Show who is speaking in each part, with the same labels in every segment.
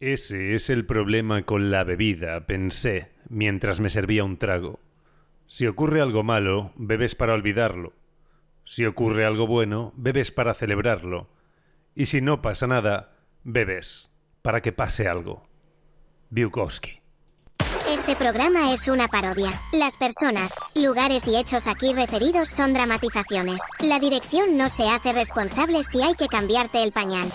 Speaker 1: Ese es el problema con la bebida, pensé, mientras me servía un trago. Si ocurre algo malo, bebes para olvidarlo. Si ocurre algo bueno, bebes para celebrarlo. Y si no pasa nada, bebes para que pase algo. Bukowski.
Speaker 2: Este programa es una parodia. Las personas, lugares y hechos aquí referidos son dramatizaciones. La dirección no se hace responsable si hay que cambiarte el pañal.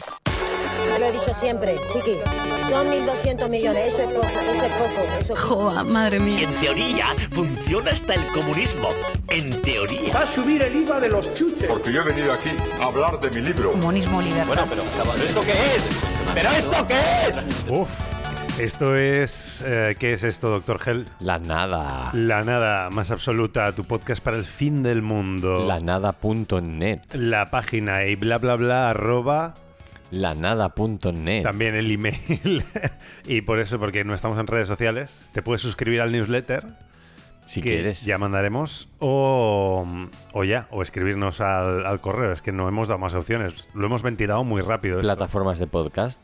Speaker 3: Lo he dicho siempre, chiqui. Son 1.200 millones, eso es poco, eso es poco. Eso es poco.
Speaker 4: Joa, madre mía.
Speaker 5: En teoría funciona hasta el comunismo. En teoría.
Speaker 6: Va a subir el IVA de los chuches.
Speaker 7: Porque yo he venido aquí a hablar de mi libro.
Speaker 4: Comunismo libertad.
Speaker 5: pero ¿esto qué es? ¿Pero esto qué es?
Speaker 1: Uf. Esto es... eh, ¿Qué es esto, doctor Hell?
Speaker 8: La nada.
Speaker 1: La nada más absoluta, tu podcast para el fin del mundo.
Speaker 8: La nada.net.
Speaker 1: La página y bla bla bla arroba
Speaker 8: La nada.net.
Speaker 1: También el email. y por eso, porque no estamos en redes sociales, te puedes suscribir al newsletter.
Speaker 8: Si
Speaker 1: que
Speaker 8: quieres.
Speaker 1: Ya mandaremos. O, o ya, o escribirnos al, al correo. Es que no hemos dado más opciones. Lo hemos ventilado muy rápido. esto.
Speaker 8: Plataformas de podcast.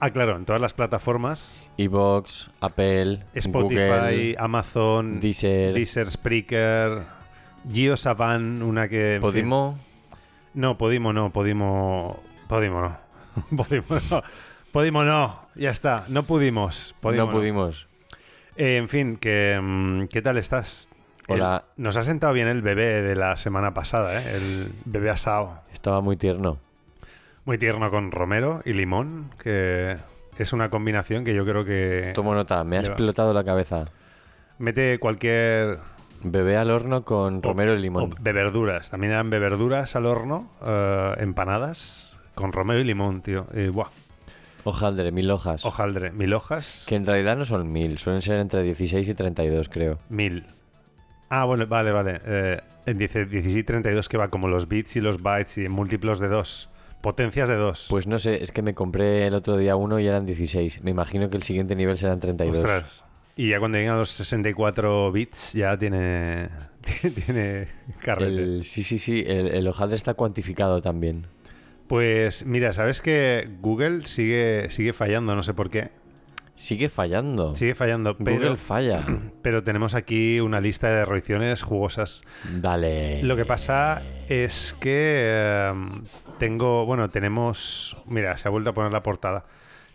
Speaker 1: Ah, claro, en todas las plataformas.
Speaker 8: Evox, Apple,
Speaker 1: Spotify,
Speaker 8: Google.
Speaker 1: Amazon,
Speaker 8: Deezer.
Speaker 1: Spreaker, GeoSavan, una que... en fin.
Speaker 8: Podimo.
Speaker 1: No, Podimo no, Podimo... Podimo no. Podimo no. Podimo no. Ya está, no pudimos. Podimo
Speaker 8: no
Speaker 1: no.
Speaker 8: pudimos.
Speaker 1: Eh, en fin, que, mm, ¿qué tal estás?
Speaker 8: Hola.
Speaker 1: El- nos ha sentado bien el bebé de la semana pasada, ¿eh? el bebé asado.
Speaker 8: Estaba muy tierno.
Speaker 1: Muy tierno con romero y limón, que es una combinación que yo creo que
Speaker 8: Tomo nota, me ha
Speaker 1: Lleva.
Speaker 8: explotado la cabeza.
Speaker 1: mete cualquier...
Speaker 8: Bebé al horno
Speaker 1: Oh,
Speaker 8: con romero y
Speaker 1: o
Speaker 8: limón.
Speaker 1: beberduras, también eran beberduras al horno, eh, empanadas, con romero y limón, tío. Eh, buah,
Speaker 8: Hojaldre, mil hojas.
Speaker 1: hojaldre, mil hojas,
Speaker 8: Que en realidad no son mil, suelen ser entre 16 y 32, creo.
Speaker 1: mil. Ah, bueno, vale, vale. Eh, dice 17, 32 que va como los bits y los bytes y múltiplos de dos. Potencias de dos.
Speaker 8: Pues no sé, es que me compré el otro día uno y eran 16. Me imagino que el siguiente nivel serán 32.
Speaker 1: Ostras. Y ya cuando lleguen a los 64 bits ya tiene tiene carrete.
Speaker 8: El- sí, sí, sí, el, el hojaldre está cuantificado también.
Speaker 1: Pues mira, sabes que Google sigue sigue fallando, no sé por qué.
Speaker 8: Sigue fallando.
Speaker 1: Sigue fallando, pero
Speaker 8: Google falla.
Speaker 1: pero tenemos aquí una lista de roiciones jugosas.
Speaker 8: Dale.
Speaker 1: Lo que pasa es que eh, tengo, bueno, tenemos, mira, se ha vuelto a poner la portada.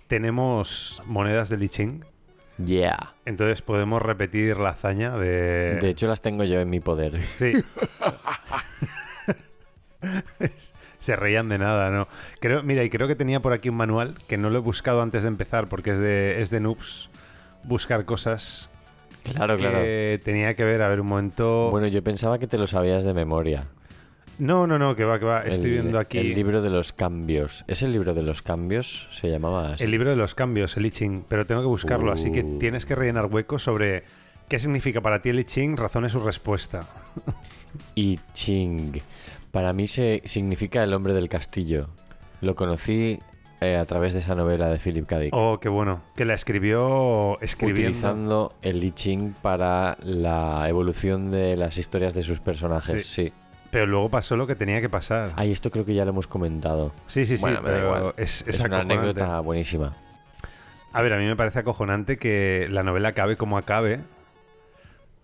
Speaker 1: Tenemos monedas de Liching,
Speaker 8: Yeah.
Speaker 1: entonces podemos repetir la hazaña de
Speaker 8: De hecho, las tengo yo en mi poder.
Speaker 1: Sí. Se reían de nada, ¿no? Creo, mira, y creo que tenía por aquí un manual que no lo he buscado antes de empezar porque es de, es de noobs buscar cosas
Speaker 8: Claro, claro.
Speaker 1: que tenía que ver. A ver, un momento.
Speaker 8: Bueno, yo pensaba que te lo sabías de memoria.
Speaker 1: no, no, no, que va, que va. Estoy
Speaker 8: El-
Speaker 1: viendo aquí
Speaker 8: El
Speaker 1: el,
Speaker 8: libro de los cambios. ¿Es el libro de los cambios? Se llamaba así.
Speaker 1: libro de los cambios, el I Ching, pero tengo que buscarlo, así que
Speaker 8: Uh.
Speaker 1: tienes que rellenar huecos sobre qué significa para ti el I Ching, razón es su respuesta.
Speaker 8: I Ching. Para mí se significa el hombre del castillo. Lo conocí eh, a través de esa novela de Philip K. Dick.
Speaker 1: Oh, qué bueno. Que la escribió escribiendo.
Speaker 8: Utilizando el I Ching para la evolución de las historias de sus personajes. Sí.
Speaker 1: Pero luego pasó lo que tenía que pasar.
Speaker 8: Ay, esto creo que ya lo hemos comentado.
Speaker 1: Sí, sí, sí,
Speaker 8: Bueno, me da
Speaker 1: pero
Speaker 8: igual.
Speaker 1: es, es
Speaker 8: Es una
Speaker 1: acojonante.
Speaker 8: anécdota buenísima.
Speaker 1: A ver, a mí me parece acojonante que la novela acabe como acabe.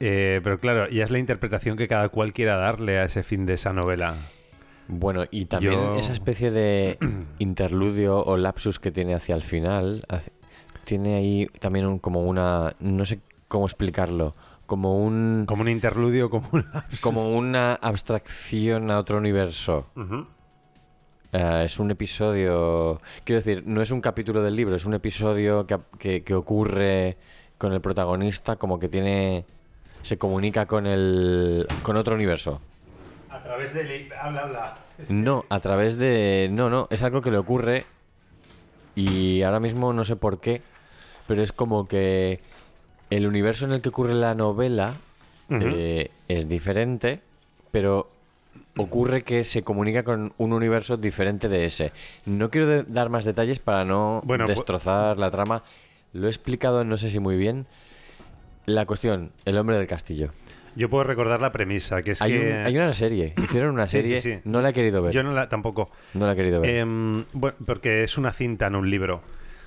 Speaker 1: eh, pero claro, ya es la interpretación que cada cual quiera darle a ese fin de esa novela.
Speaker 8: Bueno, y también
Speaker 1: Yo-
Speaker 8: esa especie de interludio o lapsus que tiene hacia el final, hace- tiene ahí también un- como una, no sé cómo explicarlo, como un
Speaker 1: Como un interludio, como un lapsus.
Speaker 8: como una abstracción a otro universo. Eh, es un episodio, quiero decir, no es un capítulo del libro, es un episodio que, que- que ocurre con el protagonista, como que tiene, se comunica con el, con otro universo.
Speaker 1: A través de... Habla, habla.
Speaker 8: No, a través de. No, no, es algo que le ocurre. Y ahora mismo no sé por qué. Pero es como que el universo en el que ocurre la novela eh, es diferente. Pero ocurre que se comunica con un universo diferente de ese. No quiero de- dar más detalles para no
Speaker 1: Bueno, pues pu-
Speaker 8: destrozar la trama. Lo he explicado, no sé si muy bien. La cuestión, el hombre del castillo.
Speaker 1: Yo puedo recordar la premisa, que es
Speaker 8: Hay,
Speaker 1: que...
Speaker 8: un- hay una serie, hicieron una
Speaker 1: Sí, sí,
Speaker 8: serie,
Speaker 1: sí.
Speaker 8: no la he querido ver.
Speaker 1: Yo no la... tampoco.
Speaker 8: No la he querido ver.
Speaker 1: Em, bueno, porque es una cinta, en un libro.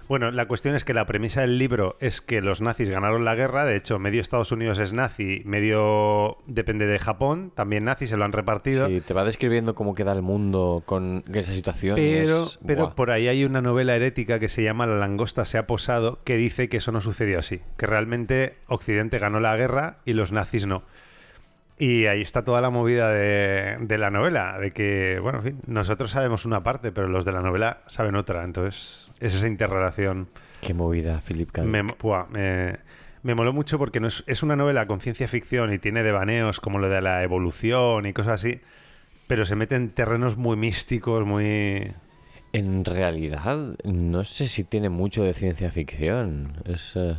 Speaker 1: Bueno, la cuestión es que la premisa del libro es que los nazis ganaron la guerra. De hecho, medio Estados Unidos es nazi, medio depende de Japón, también nazi, se lo han repartido.
Speaker 8: Sí, te va describiendo cómo queda el mundo con esa situación. y
Speaker 1: Pero,
Speaker 8: es-
Speaker 1: pero
Speaker 8: buah.
Speaker 1: por ahí hay una novela herética que se llama La langosta se ha posado, que dice que eso no sucedió así, que realmente Occidente ganó la guerra y los nazis no. Y ahí está toda la movida de, de la novela, de que, bueno, en fin, nosotros sabemos una parte, pero los de la novela saben otra, entonces es esa interrelación.
Speaker 8: Qué movida, Philip K.
Speaker 1: Me, mo- buah, me- me moló mucho porque no es, es una novela con ciencia ficción y tiene devaneos como lo de la evolución y cosas así, pero se mete en terrenos muy místicos, muy...
Speaker 8: En realidad, no sé si tiene mucho de ciencia ficción. Es, eh,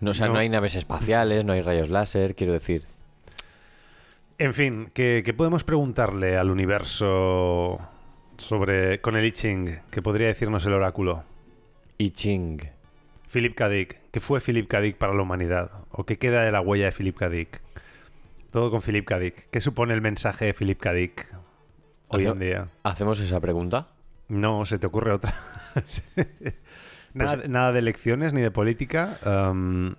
Speaker 8: no, o sea, no.
Speaker 1: No.
Speaker 8: hay naves espaciales, no hay rayos láser, quiero decir.
Speaker 1: En fin, que, que podemos preguntarle al universo sobre con el I Ching, que podría decirnos el oráculo.
Speaker 8: I Ching.
Speaker 1: Philip K. Dick, ¿qué fue Philip K. Dick para la humanidad? ¿O qué queda de la huella de Philip K. Dick? Todo con Philip K. Dick. ¿Qué supone el mensaje de Philip K. Dick hoy
Speaker 8: Hace-
Speaker 1: en día?
Speaker 8: ¿Hacemos esa pregunta?
Speaker 1: No, se te ocurre otra.
Speaker 8: Pues
Speaker 1: nada, nada de elecciones ni de política. Em,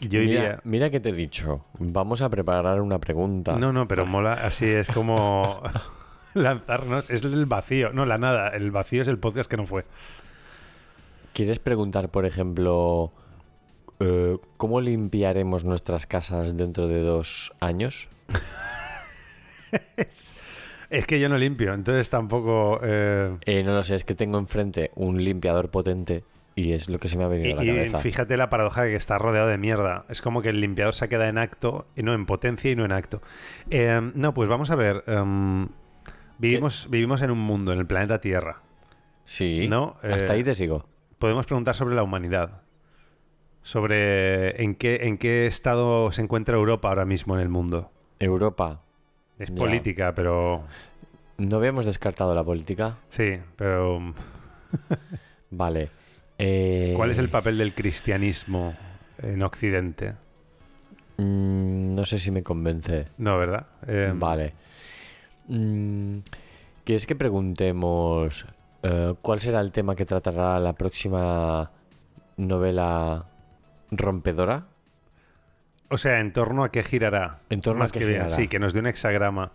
Speaker 1: yo
Speaker 8: Mira,
Speaker 1: diría...
Speaker 8: mira que te he dicho. Vamos a preparar una pregunta.
Speaker 1: No, no, pero mola. Así es como lanzarnos. Es el vacío. No, la nada. El vacío es el podcast que no fue.
Speaker 8: ¿Quieres preguntar, por ejemplo, eh, cómo limpiaremos nuestras casas dentro de dos años?
Speaker 1: Es que yo no limpio, entonces tampoco. eh,
Speaker 8: Eh, no lo sé, es que tengo enfrente un limpiador potente y es lo que se me ha
Speaker 1: Y,
Speaker 8: venido a la
Speaker 1: y
Speaker 8: cabeza.
Speaker 1: fíjate la paradoja de que está rodeado de mierda. Es como que el limpiador se queda en acto, y no en potencia y no en acto. Eh, no, pues vamos a ver. em, vivimos, vivimos en un mundo, en el planeta Tierra.
Speaker 8: Sí,
Speaker 1: No,
Speaker 8: hasta
Speaker 1: eh,
Speaker 8: ahí te sigo.
Speaker 1: podemos preguntar sobre la humanidad. Sobre en qué, en qué estado se encuentra Europa ahora mismo en el mundo.
Speaker 8: Europa,
Speaker 1: Es
Speaker 8: Ya.
Speaker 1: política, pero.
Speaker 8: ¿no habíamos descartado la política?
Speaker 1: Sí, pero. um,
Speaker 8: Vale. Eh,
Speaker 1: ¿Cuál es el papel del cristianismo en Occidente?
Speaker 8: mm, no sé si me convence.
Speaker 1: No, ¿verdad? Eh,
Speaker 8: Vale. Mm, ¿Quieres que preguntemos eh, cuál será el tema que tratará la próxima novela rompedora?
Speaker 1: O sea, ¿en torno a qué girará?
Speaker 8: En torno a
Speaker 1: Más
Speaker 8: qué
Speaker 1: que bien,
Speaker 8: girará.
Speaker 1: Sí, que nos dé un hexagrama.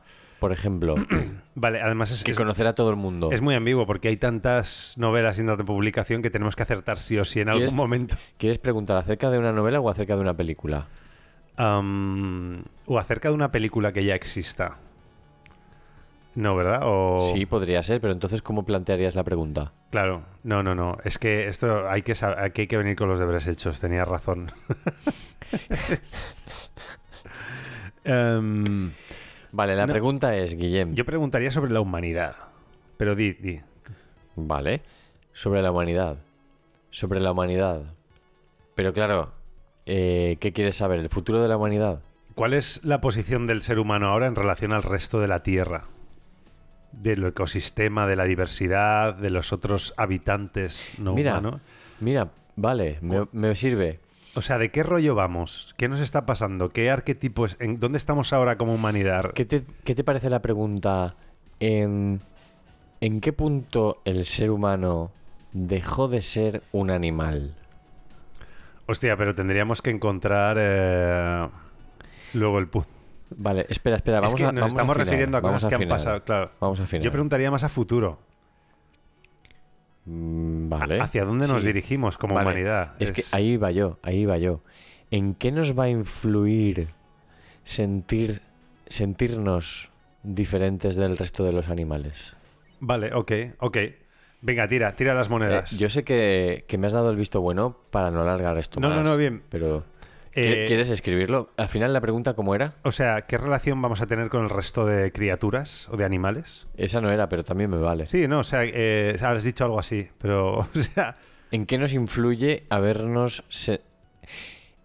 Speaker 8: Por ejemplo,
Speaker 1: Vale, además es,
Speaker 8: que
Speaker 1: es-
Speaker 8: conocerá todo el mundo.
Speaker 1: es muy ambiguo porque hay tantas novelas y tanta publicación que tenemos que acertar sí o sí en
Speaker 8: ¿Quieres-
Speaker 1: algún momento.
Speaker 8: ¿Quieres preguntar acerca de una novela o acerca de una película?
Speaker 1: Am, o acerca de una película que ya exista. No, ¿verdad? O...
Speaker 8: Sí, podría ser, pero entonces ¿cómo plantearías la pregunta?
Speaker 1: Claro, no, no, no. Es que esto hay que, sab- aquí hay que venir con los deberes hechos. Tenía razón. Em,
Speaker 8: Vale, la
Speaker 1: No.
Speaker 8: pregunta es, Guillem.
Speaker 1: yo preguntaría sobre la humanidad. Pero di, di.
Speaker 8: Vale. Sobre la humanidad. Sobre la humanidad. Pero claro, eh, ¿qué quieres saber? ¿El futuro de la humanidad?
Speaker 1: ¿Cuál es la posición del ser humano ahora en relación al resto de la Tierra? Del ecosistema, de la diversidad, de los otros habitantes no Oh.
Speaker 8: mira,
Speaker 1: humanos.
Speaker 8: mira, vale, me, me sirve.
Speaker 1: O sea, ¿de qué rollo vamos? ¿Qué nos está pasando? ¿Qué arquetipo es? ¿En dónde estamos ahora como humanidad?
Speaker 8: ¿Qué te, qué te parece la pregunta? ¿En, ¿En qué punto el ser humano dejó de ser un animal?
Speaker 1: Hostia, pero tendríamos que encontrar eh, luego el punto.
Speaker 8: Vale, espera, espera, vamos
Speaker 1: es que
Speaker 8: a
Speaker 1: nos
Speaker 8: vamos
Speaker 1: estamos
Speaker 8: afinar,
Speaker 1: refiriendo a
Speaker 8: vamos
Speaker 1: cosas que han
Speaker 8: afinar,
Speaker 1: pasado, claro.
Speaker 8: Vamos a afinar.
Speaker 1: Yo preguntaría más a futuro.
Speaker 8: Mm, Vale.
Speaker 1: ¿Hacia dónde nos
Speaker 8: Sí.
Speaker 1: dirigimos como
Speaker 8: Vale.
Speaker 1: humanidad?
Speaker 8: Es, que ahí va yo, ahí va yo. ¿En qué nos va a influir sentir, sentirnos diferentes del resto de los animales?
Speaker 1: Vale, ok, ok. Venga, tira, tira las monedas.
Speaker 8: Eh, yo sé que, que me has dado el visto bueno para no alargar esto
Speaker 1: No, no,
Speaker 8: más,
Speaker 1: no, bien.
Speaker 8: Pero
Speaker 1: Eh,
Speaker 8: ¿quie- ¿quieres escribirlo? Al final la pregunta cómo era,
Speaker 1: O sea, ¿qué relación vamos a tener con el resto de criaturas o de animales?
Speaker 8: esa no era, pero también me vale.
Speaker 1: Sí, no, o sea, eh, o sea, has dicho algo así, pero, o sea,
Speaker 8: ¿En qué nos influye habernos se-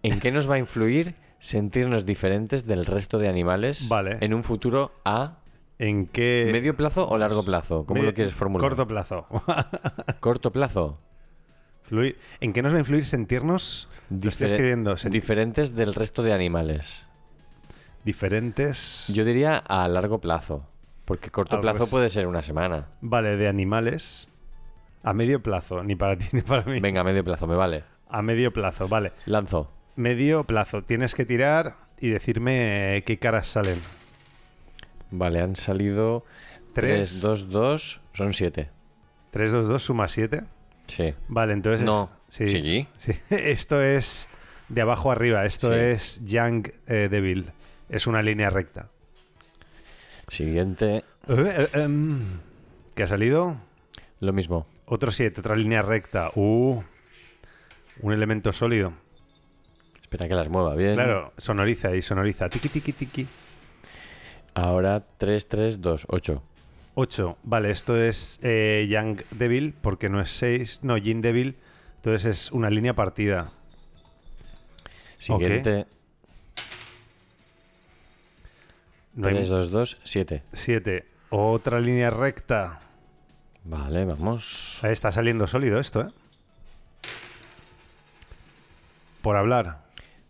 Speaker 8: ¿En qué nos va a influir sentirnos diferentes del resto de animales
Speaker 1: Vale.
Speaker 8: en un futuro a
Speaker 1: ¿en qué.
Speaker 8: medio plazo o largo plazo? ¿Cómo
Speaker 1: me-
Speaker 8: lo quieres formular?
Speaker 1: Corto plazo.
Speaker 8: Corto plazo.
Speaker 1: Influir- ¿En qué nos va a influir sentirnos? Lo estoy
Speaker 8: Difere-
Speaker 1: escribiendo. sen-
Speaker 8: Diferentes del resto de animales.
Speaker 1: diferentes.
Speaker 8: Yo diría a largo plazo. Porque corto
Speaker 1: Ah,
Speaker 8: plazo
Speaker 1: pues-
Speaker 8: puede ser una semana.
Speaker 1: Vale, de animales. A medio plazo, ni para ti ni para mí.
Speaker 8: Venga, medio plazo, me vale.
Speaker 1: A medio plazo, vale.
Speaker 8: Lanzo.
Speaker 1: Medio plazo. Tienes que tirar y decirme eh, qué caras salen.
Speaker 8: Vale, han salido
Speaker 1: Tres.
Speaker 8: 3, 2, 2, son 7.
Speaker 1: 3, 2, 2, suma 7.
Speaker 8: Sí.
Speaker 1: Vale, entonces.
Speaker 8: No.
Speaker 1: Sí.
Speaker 8: Sí.
Speaker 1: Sí. Esto es de abajo arriba. Esto
Speaker 8: Sí.
Speaker 1: es Young eh, Devil. Es una línea recta.
Speaker 8: Siguiente,
Speaker 1: Eh, eh, em, ¿Qué ha salido?
Speaker 8: lo mismo.
Speaker 1: Otro 7, otra línea recta. Uh, un elemento sólido.
Speaker 8: Espera que las mueva bien.
Speaker 1: Claro, sonoriza y sonoriza. Tiki, tiki, tiki.
Speaker 8: Ahora 3, 3, 2, 8.
Speaker 1: 8. Vale, esto es eh, Young Devil, porque no es 6. No, Jin Devil. Entonces es una línea partida.
Speaker 8: Siguiente,
Speaker 1: No
Speaker 8: 3, 2, 2, 7.
Speaker 1: 7. Otra línea recta.
Speaker 8: Vale, vamos.
Speaker 1: Ahí está saliendo sólido esto, ¿eh? Por hablar.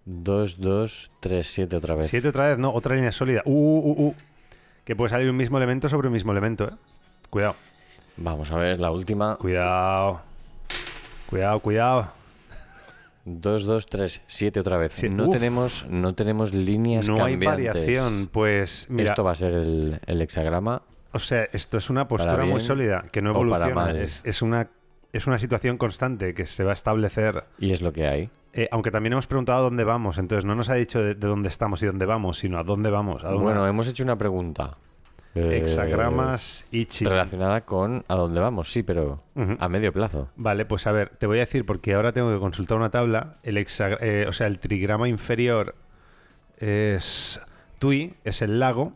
Speaker 8: 2, 2, 3, 7 otra vez.
Speaker 1: 7 otra vez, no, otra línea sólida. Uh, uh, uh, uh. Que puede salir un mismo elemento sobre un mismo elemento, ¿eh? Cuidado,
Speaker 8: Vamos a ver, la última.
Speaker 1: cuidado. Cuidado, cuidado.
Speaker 8: 2, 2, 3, 7 otra vez.
Speaker 1: Sí,
Speaker 8: No,
Speaker 1: uf.
Speaker 8: tenemos, no tenemos líneas
Speaker 1: No hay
Speaker 8: cambiantes.
Speaker 1: variación. Pues mira,
Speaker 8: Esto va a ser el, el hexagrama.
Speaker 1: O sea, esto es una postura muy
Speaker 8: bien
Speaker 1: sólida que no
Speaker 8: o para
Speaker 1: evoluciona.
Speaker 8: mal.
Speaker 1: Es, es una, es una situación constante que se va a establecer.
Speaker 8: Y es lo que hay.
Speaker 1: Eh, aunque también hemos preguntado a dónde vamos, entonces no nos ha dicho de, de dónde estamos y dónde vamos, sino a dónde vamos. A una-
Speaker 8: Bueno, hemos hecho una pregunta. Eh,
Speaker 1: hexagramas y
Speaker 8: Relacionada con a dónde vamos, sí, pero
Speaker 1: Ujú.
Speaker 8: a medio plazo.
Speaker 1: Vale, pues a ver, te voy a decir porque ahora tengo que consultar una tabla. El hexa- eh, o sea, el trigrama inferior es Tui, es el lago.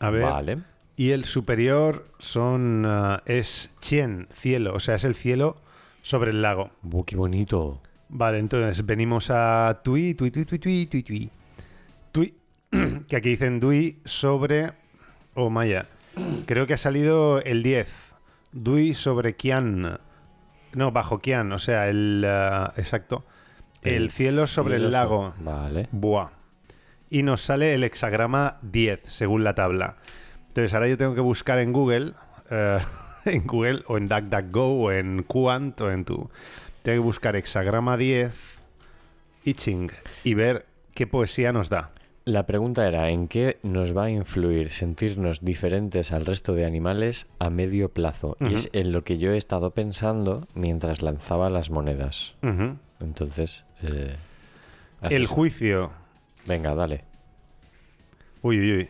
Speaker 1: A ver.
Speaker 8: Vale.
Speaker 1: Y el superior son ah, es Chien, cielo, o sea, es el cielo sobre el lago.
Speaker 8: Bu, qué bonito.
Speaker 1: Vale, entonces venimos a Tui, Tui, Tui, Tui, Tui, Tui, Tui. Tui, que aquí dicen Dui sobre... Oh, Maya. Creo que ha salido el 10. Dui sobre Kian. No, bajo Kian, o sea, el... ah, exacto. El, cielo sobre el
Speaker 8: cielo so-
Speaker 1: lago.
Speaker 8: Vale.
Speaker 1: Buah. Y nos sale el hexagrama 10, según la tabla. Entonces ahora yo tengo que buscar en Google, eh, en Google o en DuckDuckGo o en Quant o en tu. Tengo que buscar hexagrama 10 y ching y ver qué poesía nos da.
Speaker 8: La pregunta era, ¿en qué nos va a influir sentirnos diferentes al resto de animales a medio plazo? Y es en lo que yo he estado pensando mientras lanzaba las monedas.
Speaker 1: Ujú.
Speaker 8: Entonces, eh, así
Speaker 1: El
Speaker 8: es.
Speaker 1: juicio.
Speaker 8: Venga, dale.
Speaker 1: Uy, uy, uy.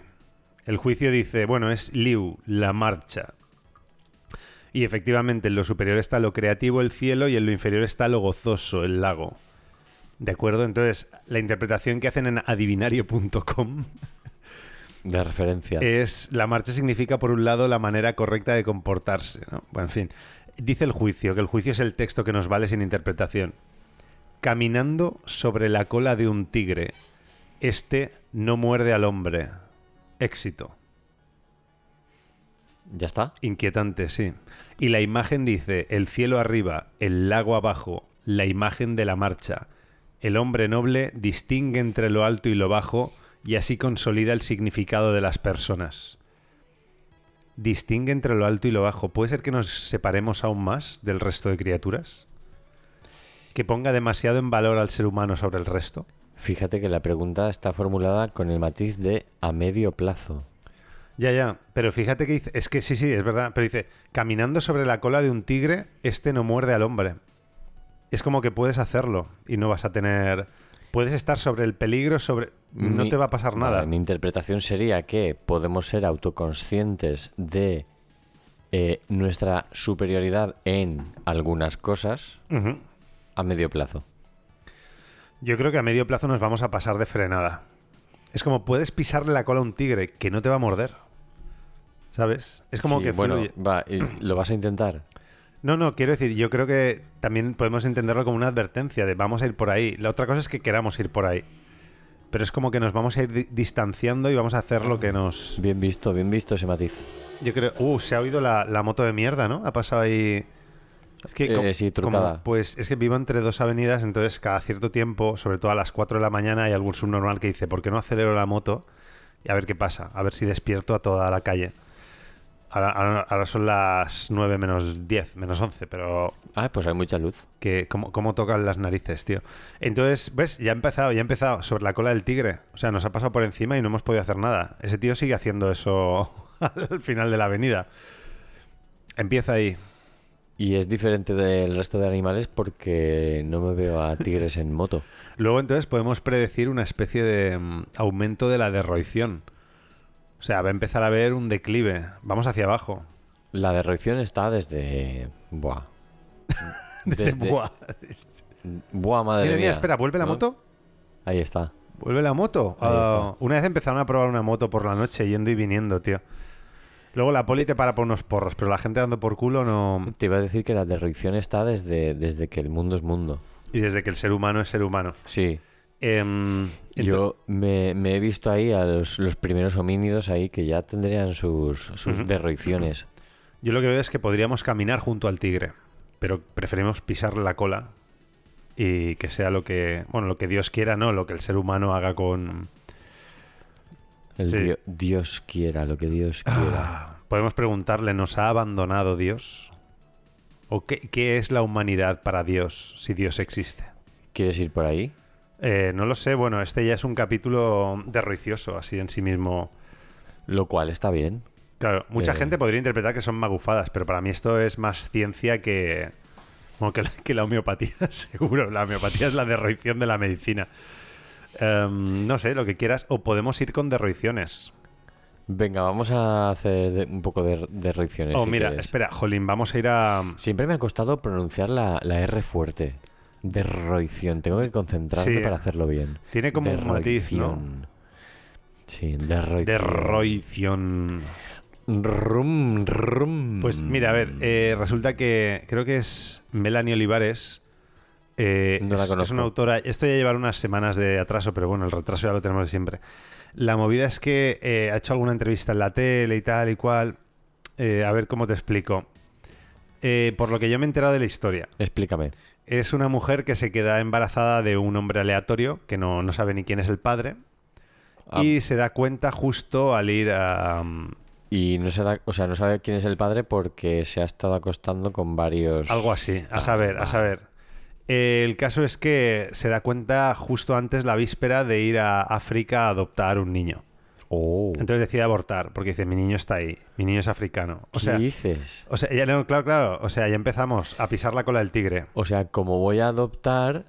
Speaker 1: El juicio dice, bueno, es Liu, la marcha. Y efectivamente, en lo superior está lo creativo, el cielo, y en lo inferior está lo gozoso, el lago. ¿De acuerdo? Entonces, la interpretación que hacen en adivinario.com
Speaker 8: De referencia.
Speaker 1: es la marcha significa, por un lado, la manera correcta de comportarse. ¿no? Bueno, en fin, dice el juicio, que el juicio es el texto que nos vale sin interpretación. Caminando sobre la cola de un tigre, este no muerde al hombre. Éxito.
Speaker 8: ¿Ya está?
Speaker 1: Inquietante, sí. Y la imagen dice, el cielo arriba, el lago abajo, la imagen de la marcha. El hombre noble distingue entre lo alto y lo bajo y así consolida el significado de las personas. Distingue entre lo alto y lo bajo. ¿Puede ser que nos separemos aún más del resto de criaturas? ¿Que ponga demasiado en valor al ser humano sobre el resto?
Speaker 8: Fíjate que la pregunta está formulada con el matiz de a medio plazo.
Speaker 1: Ya, ya, pero fíjate que dice, es que sí, sí, es verdad, pero dice, caminando sobre la cola de un tigre, este no muerde al hombre. Es como que puedes hacerlo y no vas a tener... Puedes estar sobre el peligro, sobre... No
Speaker 8: Mi-
Speaker 1: te va a pasar nada.
Speaker 8: Vale, mi interpretación sería que podemos ser autoconscientes de eh, nuestra superioridad en algunas cosas
Speaker 1: Ujú.
Speaker 8: a medio plazo.
Speaker 1: Yo creo que a medio plazo nos vamos a pasar de frenada. Es como puedes pisarle la cola a un tigre que no te va a morder. ¿Sabes? Es como
Speaker 8: Sí,
Speaker 1: que
Speaker 8: bueno,
Speaker 1: fluye.
Speaker 8: va, y lo vas a intentar.
Speaker 1: No, no, quiero decir, yo creo que también podemos entenderlo como una advertencia de vamos a ir por ahí. La otra cosa es que queramos ir por ahí. Pero es como que nos vamos a ir di- distanciando y vamos a hacer lo que nos...
Speaker 8: Bien visto, bien visto ese matiz.
Speaker 1: Yo creo... Uh, se ha oído la, la moto de mierda, ¿no? Ha pasado ahí... Es que...
Speaker 8: Eh,
Speaker 1: com-
Speaker 8: sí, trucada.
Speaker 1: pues es que vivo entre dos avenidas, entonces cada cierto tiempo, sobre todo a las 4 de la mañana, hay algún subnormal que dice, ¿por qué no acelero la moto? Y a ver qué pasa, a ver si despierto a toda la calle. Ahora, ahora- ahora son las 9 menos 10, menos 11, pero
Speaker 8: Ah, pues hay mucha luz.
Speaker 1: que cómo, cómo tocan las narices, tío. Entonces, ¿ves? Ya ha empezado, ya ha empezado sobre la cola del tigre. O sea, nos ha pasado por encima y no hemos podido hacer nada. Ese tío sigue haciendo eso al final de la avenida. Empieza ahí.
Speaker 8: Y es diferente del resto de animales porque no me veo a tigres en moto.
Speaker 1: Luego entonces podemos predecir una especie de mm, aumento de la derroición. O sea, va a empezar a haber un declive. Vamos hacia abajo.
Speaker 8: La derroición está desde. Buah.
Speaker 1: Desde, Buah.
Speaker 8: Buah, madre
Speaker 1: Mira, mira,
Speaker 8: mía.
Speaker 1: espera, ¿vuelve la
Speaker 8: ¿No?
Speaker 1: moto?
Speaker 8: Ahí está.
Speaker 1: ¿Vuelve la moto?
Speaker 8: Ahí
Speaker 1: Ah,
Speaker 8: está.
Speaker 1: una vez empezaron a probar una moto por la noche, yendo y viniendo, tío. Luego la poli te para por unos porros, pero la gente dando por culo no...
Speaker 8: Te iba a decir que la derroición está desde, desde que el mundo es mundo.
Speaker 1: Y desde que el ser humano es ser humano.
Speaker 8: Sí.
Speaker 1: Em, ento-
Speaker 8: Yo me, me he visto ahí a los, los primeros homínidos ahí que ya tendrían sus, sus derroiciones.
Speaker 1: yo lo que veo es que podríamos caminar junto al tigre, pero preferimos pisar la cola y que sea lo que... Bueno, lo que Dios quiera, no, lo que el ser humano haga con...
Speaker 8: El
Speaker 1: Sí.
Speaker 8: dio- Dios quiera, lo que Dios quiera.
Speaker 1: Podemos preguntarle, ¿nos ha abandonado Dios? ¿O qué, qué es la humanidad para Dios, si Dios existe?
Speaker 8: ¿Quieres ir por ahí?
Speaker 1: Eh, no lo sé, bueno, este ya es un capítulo derricioso, así en sí mismo.
Speaker 8: Lo cual está bien.
Speaker 1: Claro, mucha
Speaker 8: Eh.
Speaker 1: gente podría interpretar que son magufadas, pero para mí esto es más ciencia que. bueno, que, la, que la homeopatía, seguro. La homeopatía es la derroición de la medicina. Em, no sé, lo que quieras. O podemos ir con derroiciones.
Speaker 8: Venga, vamos a hacer de- un poco de derroiciones.
Speaker 1: oh,
Speaker 8: si
Speaker 1: mira,
Speaker 8: quieres.
Speaker 1: espera, Jolín, vamos a ir a.
Speaker 8: Siempre me ha costado pronunciar la, la R fuerte. Derroición. Tengo que concentrarme
Speaker 1: Sí.
Speaker 8: para hacerlo bien.
Speaker 1: Tiene como un matiz, ¿no?
Speaker 8: Derroición. Sí, derroición.
Speaker 1: Derroición.
Speaker 8: Rum, rum.
Speaker 1: Pues mira, a ver,
Speaker 8: Mm.
Speaker 1: eh, resulta que creo que es Melanie Olivares. eh,
Speaker 8: No la
Speaker 1: es, es
Speaker 8: conozco.
Speaker 1: una autora. Esto ya llevará unas semanas de atraso, pero bueno, el retraso ya lo tenemos de siempre. La movida es que eh, ha hecho alguna entrevista en la tele y tal y cual. Eh, a ver cómo te explico. Eh, por lo que yo me he enterado de la historia,
Speaker 8: Explícame.
Speaker 1: es una mujer que se queda embarazada de un hombre aleatorio que no, no sabe ni quién es el padre
Speaker 8: Ah.
Speaker 1: y se da cuenta justo al ir a, um,
Speaker 8: Y no se da, o sea, no sabe quién es el padre porque se ha estado acostando con varios.
Speaker 1: Algo así, a
Speaker 8: Ah,
Speaker 1: saber, a
Speaker 8: vale.
Speaker 1: saber. El caso es que se da cuenta justo antes la víspera de ir a África a adoptar un niño.
Speaker 8: Oh.
Speaker 1: Entonces decide abortar, porque dice, mi niño está ahí, mi niño es africano. O sea,
Speaker 8: ¿Qué dices?
Speaker 1: o sea ya no, claro, claro, o sea, ya empezamos a pisar la cola del tigre.
Speaker 8: O sea, como voy a adoptar,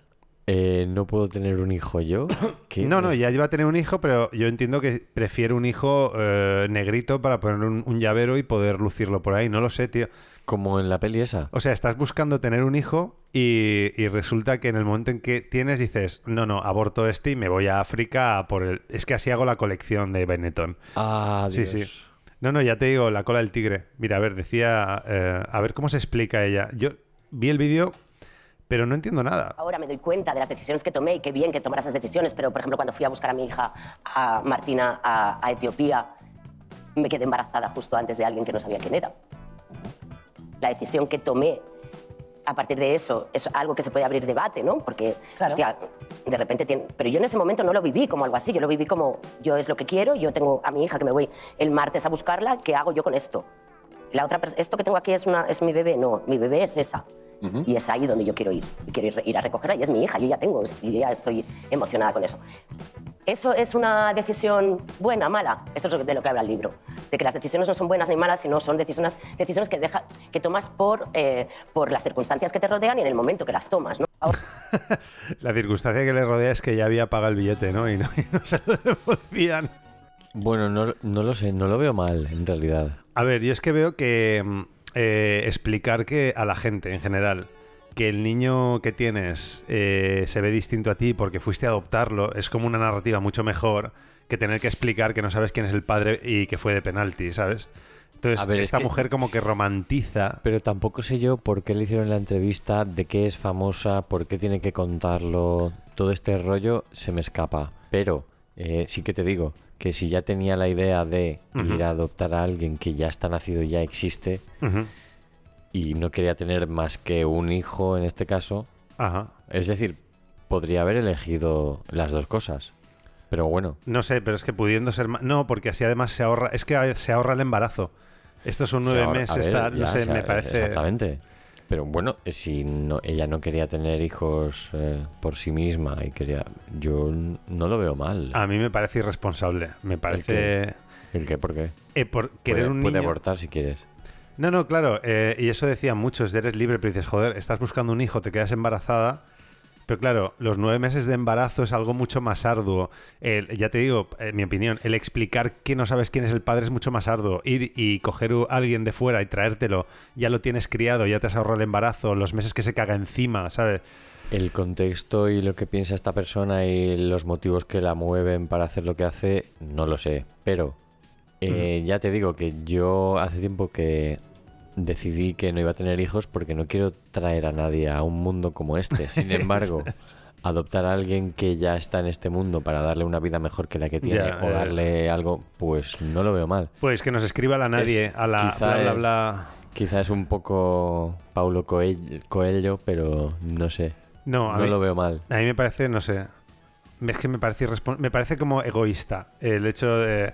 Speaker 8: eh, no puedo tener un hijo yo. ¿Qué pues
Speaker 1: No, no,
Speaker 8: dices?
Speaker 1: ya iba a tener un hijo, pero yo entiendo que prefiero un hijo eh, negrito para poner un, un llavero y poder lucirlo por ahí. No lo sé, tío.
Speaker 8: Como en la peli esa.
Speaker 1: O sea, estás buscando tener un hijo y, y resulta que en el momento en que tienes dices, no, no, aborto este y me voy a África a por el... Es que así hago la colección de Benetton.
Speaker 8: Ah,
Speaker 1: Sí, sí. No, no, ya te digo, la cola del tigre. Mira, a ver, decía, eh, a ver cómo se explica ella. Yo vi el vídeo, pero no entiendo nada.
Speaker 4: Ahora me doy cuenta de las decisiones que tomé y qué bien que tomara esas decisiones, pero por ejemplo cuando fui a buscar a mi hija, a Martina, a, a Etiopía, me quedé embarazada justo antes de alguien que no sabía quién era. La decisión que tomé a partir de eso es algo que se puede abrir debate, ¿no? Porque,
Speaker 3: Claro.
Speaker 4: hostia, de repente tiene... Pero yo en ese momento no lo viví como algo así, yo lo viví como yo es lo que quiero, yo tengo a mi hija que me voy el martes a buscarla, ¿qué hago yo con esto? La otra pers- esto que tengo aquí es, una, es mi bebé, no, mi bebé es esa. Y es ahí donde yo quiero ir. Y quiero ir, ir a recogerla y es mi hija, yo ya tengo, yo ya estoy emocionada con eso. ¿Eso es una decisión buena, mala? Eso es de lo que habla el libro. De que las decisiones no son buenas ni malas, sino son decisiones, decisiones que, deja, que tomas por, eh, por las circunstancias que te rodean y en el momento que las tomas. ¿no? Ahora-
Speaker 1: La circunstancia que le rodea es que ya había pagado el billete, ¿no? Y no, y no se lo devolvían.
Speaker 8: Bueno, no, no lo sé, no lo veo mal en realidad.
Speaker 1: A ver, yo es que veo que mm, eh, explicar que a la gente en general que el niño que tienes eh, se ve distinto a ti porque fuiste a adoptarlo es como una narrativa mucho mejor que tener que explicar que no sabes quién es el padre y que fue de penalti, ¿sabes? Entonces,
Speaker 8: A ver, es
Speaker 1: esta
Speaker 8: que-
Speaker 1: mujer como que romantiza.
Speaker 8: Pero tampoco sé yo por qué le hicieron la entrevista, de qué es famosa, por qué tiene que contarlo. Todo este rollo se me escapa. Pero eh, sí que te digo que si ya tenía la idea de ir a adoptar a alguien que ya está nacido y ya existe
Speaker 1: Ujú.
Speaker 8: y no quería tener más que un hijo en este caso,
Speaker 1: Ajá.
Speaker 8: es decir, podría haber elegido las dos cosas. Pero bueno,
Speaker 1: No sé, pero es que pudiendo ser más... No, porque así además se ahorra... Es que a- se ahorra el embarazo. Estos son
Speaker 8: O sea,
Speaker 1: nueve
Speaker 8: ahora- a
Speaker 1: meses,
Speaker 8: ver,
Speaker 1: está- no
Speaker 8: ya,
Speaker 1: sé,
Speaker 8: o sea,
Speaker 1: me parece...
Speaker 8: Exactamente. Pero bueno, si no, ella no quería tener hijos eh, por sí misma y quería. Yo n- no lo veo mal.
Speaker 1: A mí me parece irresponsable. Me parece...
Speaker 8: ¿El qué? ¿Por qué?
Speaker 1: eh, por querer
Speaker 8: puede,
Speaker 1: un
Speaker 8: puede
Speaker 1: niño...
Speaker 8: abortar si quieres.
Speaker 1: No, no, claro. eh, y eso decían muchos, de eres libre, pero dices, joder, estás buscando un hijo, te quedas embarazada. Pero claro, los nueve meses de embarazo es algo mucho más arduo. El- ya te digo, eh, mi opinión, el explicar que no sabes quién es el padre es mucho más arduo. Ir y coger u- a alguien de fuera y traértelo, ya lo tienes criado, ya te has ahorrado el embarazo, los meses que se caga encima, ¿sabes?
Speaker 8: El contexto y lo que piensa esta persona y los motivos que la mueven para hacer lo que hace, no lo sé. Pero eh, ya te digo que yo hace tiempo que decidí que no iba a tener hijos porque no quiero traer a nadie a un mundo como este. Sin embargo, adoptar a alguien que ya está en este mundo para darle una vida mejor que la que tiene
Speaker 1: Ya,
Speaker 8: o
Speaker 1: eh.
Speaker 8: darle algo, pues no lo veo mal.
Speaker 1: Pues que nos escriba la nadie,
Speaker 8: Es-
Speaker 1: a la
Speaker 8: quizá
Speaker 1: bla bla
Speaker 8: es-
Speaker 1: bla.
Speaker 8: Quizás es un poco Paulo Coelho, Coelho, pero no sé.
Speaker 1: No, a
Speaker 8: No
Speaker 1: mí-
Speaker 8: lo veo mal.
Speaker 1: A mí me parece, no sé. Es que me parece irrespon- Me parece como egoísta el hecho de.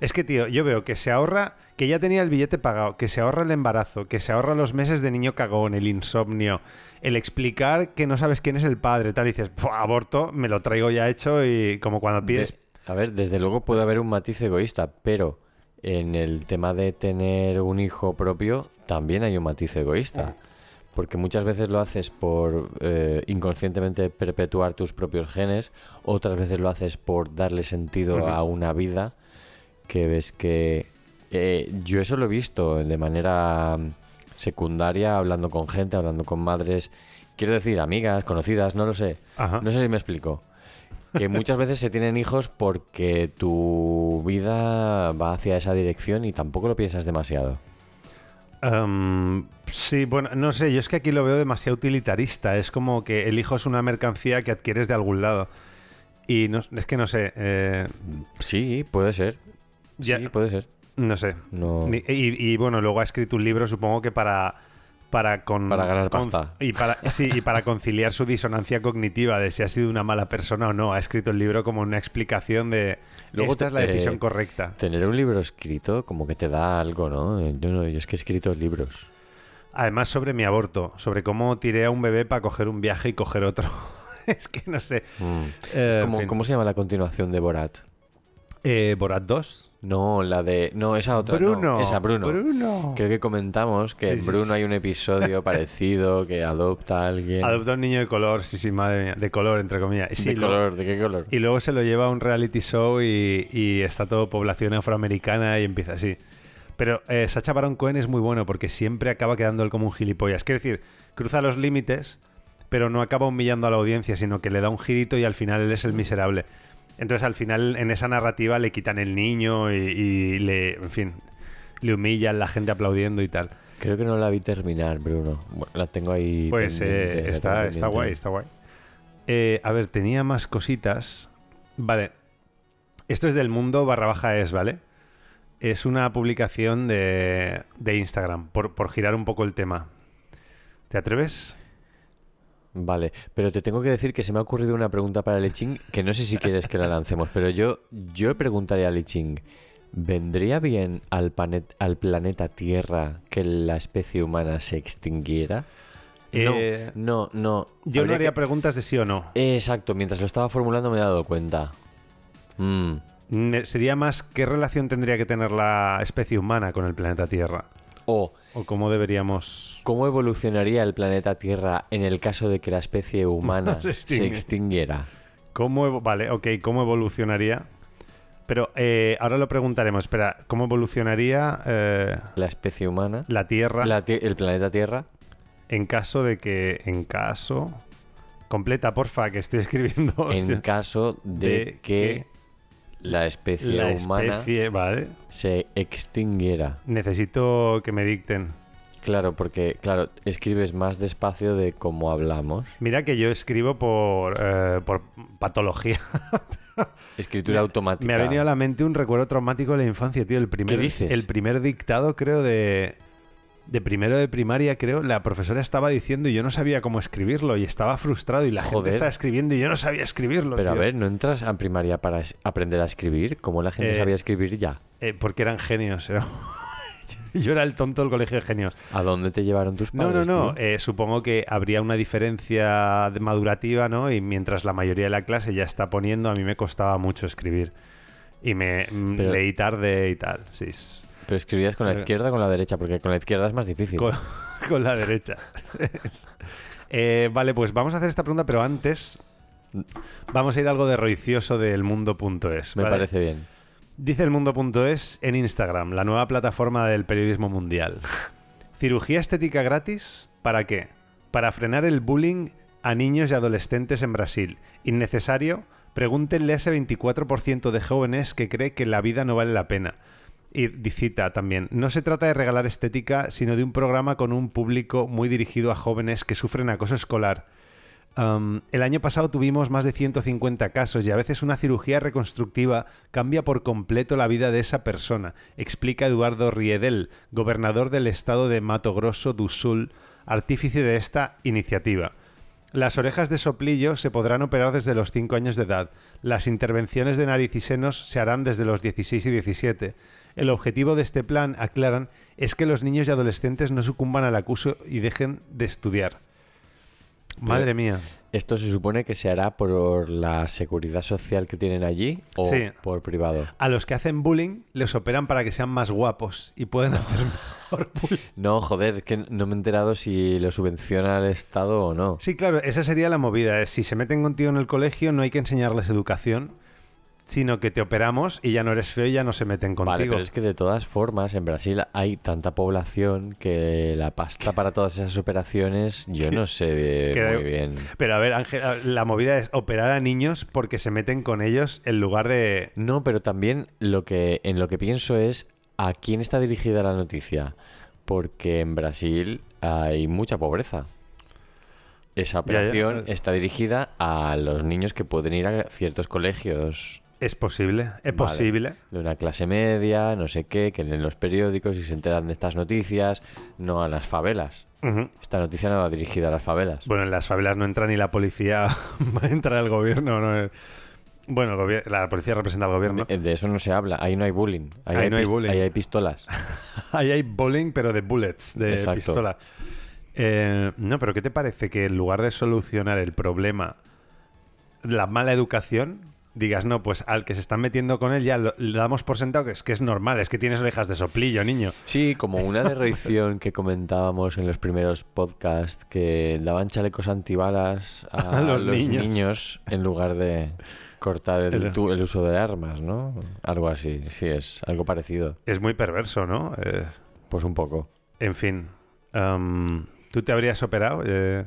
Speaker 1: Es que, tío, yo veo que se ahorra, que ya tenía el billete pagado, que se ahorra el embarazo, que se ahorra los meses de niño cagón, el insomnio, el explicar que no sabes quién es el padre, tal, y dices, "Pua, aborto, me lo traigo ya hecho y como cuando pides.
Speaker 8: De- a ver, desde luego puede haber un matiz egoísta, pero en el tema de tener un hijo propio también hay un matiz egoísta. Porque muchas veces lo haces por eh, inconscientemente perpetuar tus propios genes, otras veces lo haces por darle sentido a una vida que ves que... eh, yo eso lo he visto de manera mm, secundaria, hablando con gente, hablando con madres, quiero decir, amigas, conocidas, no lo sé.
Speaker 1: Ajá.
Speaker 8: No sé si me explico. Que muchas veces se tienen hijos porque tu vida va hacia esa dirección y tampoco lo piensas demasiado.
Speaker 1: Am, em, sí, bueno, no sé, yo es que aquí lo veo demasiado utilitarista. Es como que el hijo es una mercancía que adquieres de algún lado. Y no- es que no sé. eh,
Speaker 8: Sí, puede ser.
Speaker 1: Ya.
Speaker 8: Sí, puede ser.
Speaker 1: no sé.
Speaker 8: No.
Speaker 1: Ni- Y, y, bueno, luego ha escrito un libro, supongo que para. Para, con,
Speaker 8: Para ganar
Speaker 1: con-
Speaker 8: pasta.
Speaker 1: Y para, sí, y para conciliar su disonancia cognitiva de si ha sido una mala persona o no. Ha escrito el libro como una explicación de.
Speaker 8: Luego
Speaker 1: esta
Speaker 8: te-
Speaker 1: es la decisión
Speaker 8: eh,
Speaker 1: correcta.
Speaker 8: Tener un libro escrito como que te da algo, ¿no? Eh, Yo, no, yo es que he escrito libros.
Speaker 1: Además, sobre mi aborto, sobre cómo tiré a un bebé para coger un viaje y coger otro. es que no sé. Eh,
Speaker 8: Mm. Es
Speaker 1: en
Speaker 8: como-
Speaker 1: fin.
Speaker 8: ¿Cómo se llama la continuación de Borat?
Speaker 1: Eh, Borat 2.
Speaker 8: No, la de... No, esa otra. no,
Speaker 1: Bruno.
Speaker 8: esa, Bruno.
Speaker 1: Bruno.
Speaker 8: Creo que comentamos que
Speaker 1: Sí,
Speaker 8: en
Speaker 1: sí,
Speaker 8: Bruno
Speaker 1: sí.
Speaker 8: hay un episodio parecido que adopta a alguien.
Speaker 1: Adopta un niño de color, sí, sí, madre mía. De color, entre comillas. Y sí,
Speaker 8: ¿De
Speaker 1: lo-
Speaker 8: color? ¿De qué color?
Speaker 1: Y luego se lo lleva a un reality show y, y está todo población afroamericana y empieza así. Pero eh, Sacha Baron Cohen es muy bueno porque siempre acaba quedando él como un gilipollas. Quiero decir, cruza los límites, pero no acaba humillando a la audiencia, sino que le da un girito y al final él es el miserable. Entonces al final en esa narrativa le quitan el niño y, y le, en fin, le humillan, la gente aplaudiendo y tal.
Speaker 8: Creo que no la vi terminar, Bruno. Bueno, la tengo ahí.
Speaker 1: Pues eh,
Speaker 8: pendiente, la
Speaker 1: está,
Speaker 8: tengo
Speaker 1: está
Speaker 8: pendiente.
Speaker 1: guay, está guay. Eh, a ver, tenía más cositas. Vale. Esto es del mundo barra baja es, ¿vale? Es una publicación de, de Instagram, por, por girar un poco el tema. ¿Te atreves?
Speaker 8: Vale, pero te tengo que decir que se me ha ocurrido una pregunta para Liching que no sé si quieres que la lancemos, pero yo, yo preguntaría a Liching: ¿vendría bien al, panet- al planeta Tierra que la especie humana se extinguiera?
Speaker 1: Eh,
Speaker 8: no, no, no.
Speaker 1: Yo no
Speaker 8: Habría
Speaker 1: haría
Speaker 8: que-
Speaker 1: preguntas de sí o no.
Speaker 8: Exacto, mientras lo estaba formulando me he dado cuenta. Mm,
Speaker 1: Me- Sería más qué relación tendría que tener la especie humana con el planeta Tierra.
Speaker 8: O,
Speaker 1: O cómo deberíamos...
Speaker 8: ¿cómo evolucionaría el planeta Tierra en el caso de que la especie humana
Speaker 1: Se
Speaker 8: se
Speaker 1: extingue.
Speaker 8: extinguiera?
Speaker 1: ¿Cómo evo- vale, ok, ¿cómo evolucionaría? Pero eh, ahora lo preguntaremos. Espera, ¿cómo evolucionaría eh,
Speaker 8: la especie humana,
Speaker 1: la Tierra
Speaker 8: la tie- el planeta Tierra.
Speaker 1: en caso de que, en caso... Completa, porfa, que estoy escribiendo.
Speaker 8: en
Speaker 1: Oh, Sí.
Speaker 8: caso de,
Speaker 1: de
Speaker 8: que,
Speaker 1: que
Speaker 8: la especie
Speaker 1: la
Speaker 8: humana
Speaker 1: especie, vale.
Speaker 8: se extinguiera.
Speaker 1: Necesito que me dicten.
Speaker 8: Claro, porque, claro, escribes más despacio de cómo hablamos.
Speaker 1: Mira que yo escribo por, eh, por patología.
Speaker 8: Escritura automática.
Speaker 1: Me ha venido a la mente un recuerdo traumático de la infancia, tío. El primer,
Speaker 8: ¿Qué dices?
Speaker 1: El primer dictado, creo, de, de primero de primaria, creo, la profesora estaba diciendo y yo no sabía cómo escribirlo y estaba frustrado y la gente
Speaker 8: Joder.
Speaker 1: estaba escribiendo y yo no sabía escribirlo.
Speaker 8: Pero a
Speaker 1: tío.
Speaker 8: ver, ¿no entras a primaria para es- aprender a escribir? Como la gente
Speaker 1: Eh,
Speaker 8: sabía escribir ya?
Speaker 1: Eh, porque eran genios, era- Yo era el tonto del colegio de genios.
Speaker 8: ¿A dónde te llevaron tus
Speaker 1: No,
Speaker 8: padres?
Speaker 1: no, no.
Speaker 8: tío?
Speaker 1: eh, supongo que habría una diferencia de- madurativa, ¿no? Y mientras la mayoría de la clase ya está poniendo, a mí me costaba mucho escribir. Y me mm,
Speaker 8: Pero-
Speaker 1: leí tarde y tal. Sí. es-
Speaker 8: Pero escribías con la izquierda o con la derecha, porque con la izquierda es más difícil.
Speaker 1: eh, Con, con la derecha. Eh, vale, pues vamos a hacer esta pregunta, pero antes vamos a ir a algo de roicioso del mundo.es.
Speaker 8: Me
Speaker 1: ¿vale?
Speaker 8: parece bien.
Speaker 1: Dice el mundo.es en Instagram, la nueva plataforma del periodismo mundial. ¿Cirugía estética gratis? ¿Para qué? Para frenar el bullying a niños y adolescentes en Brasil. ¿Innecesario? Pregúntenle a ese 24% de jóvenes que cree que la vida no vale la pena. Y di- cita también, no se trata de regalar estética, sino de un programa con un público muy dirigido a jóvenes que sufren acoso escolar. Um, el año pasado tuvimos más de 150 casos y a veces una cirugía reconstructiva cambia por completo la vida de esa persona, explica Eduardo Riedel, gobernador del estado de Mato Grosso do Sul, artífice de esta iniciativa. Las orejas de soplillo se podrán operar desde los 5 años de edad. Las intervenciones de nariz y senos se harán desde los 16 y 17. El objetivo de este plan, aclaran, es que los niños y adolescentes no sucumban al acuso y dejen de estudiar. Madre mía.
Speaker 8: ¿Esto se supone que se hará por la seguridad social que tienen allí o
Speaker 1: Sí.
Speaker 8: por privado?
Speaker 1: A los que hacen bullying les operan para que sean más guapos y pueden hacer mejor bullying.
Speaker 8: No, joder, que no me he enterado si lo subvenciona el Estado o no.
Speaker 1: Sí, claro, esa sería la movida. eh. Si se meten contigo en el colegio, no hay que enseñarles educación, sino que te operamos y ya no eres feo y ya no se meten contigo.
Speaker 8: Vale, pero es que de todas formas en Brasil hay tanta población que la pasta para todas esas operaciones yo no sé de-
Speaker 1: Que da-
Speaker 8: muy bien.
Speaker 1: Pero a ver, Ángel, a- la movida es operar a niños porque se meten con ellos en lugar de.
Speaker 8: No, pero también lo que en lo que pienso es a quién está dirigida la noticia, porque en Brasil hay mucha pobreza.
Speaker 1: Ya,
Speaker 8: Esa
Speaker 1: ya.
Speaker 8: operación está dirigida a los niños que pueden ir a ciertos colegios
Speaker 1: Es posible, es
Speaker 8: Vale.
Speaker 1: posible.
Speaker 8: de una clase media, no sé qué, que leen los periódicos y se enteran de estas noticias, no a las favelas.
Speaker 1: Ujú.
Speaker 8: Esta noticia no va dirigida a las favelas.
Speaker 1: Bueno, en las favelas no entra ni la policía, va a entrar el gobierno. No es- Bueno, el gobier- la policía representa al gobierno.
Speaker 8: De, de eso no se habla, ahí no hay bullying. Ahí,
Speaker 1: Ahí no hay
Speaker 8: pis-
Speaker 1: bullying.
Speaker 8: Ahí hay pistolas.
Speaker 1: Ahí hay bowling, pero de bullets, de
Speaker 8: Exacto.
Speaker 1: pistola. Eh, no, pero ¿qué te parece que en lugar de solucionar el problema, la mala educación, digas, no, pues al que se están metiendo con él ya lo- le damos por sentado que es, que es normal, es que tienes orejas de soplillo, niño.
Speaker 8: Sí, como una derroición que comentábamos en los primeros podcasts que daban chalecos antibalas a,
Speaker 1: A los niños.
Speaker 8: en lugar de cortar el,
Speaker 1: El-
Speaker 8: tu- el uso de armas, ¿no? Algo así, sí, es algo parecido.
Speaker 1: Es muy perverso, ¿no? Eh,
Speaker 8: Pues un poco.
Speaker 1: en fin. Am, ¿Tú te habrías operado? Eh,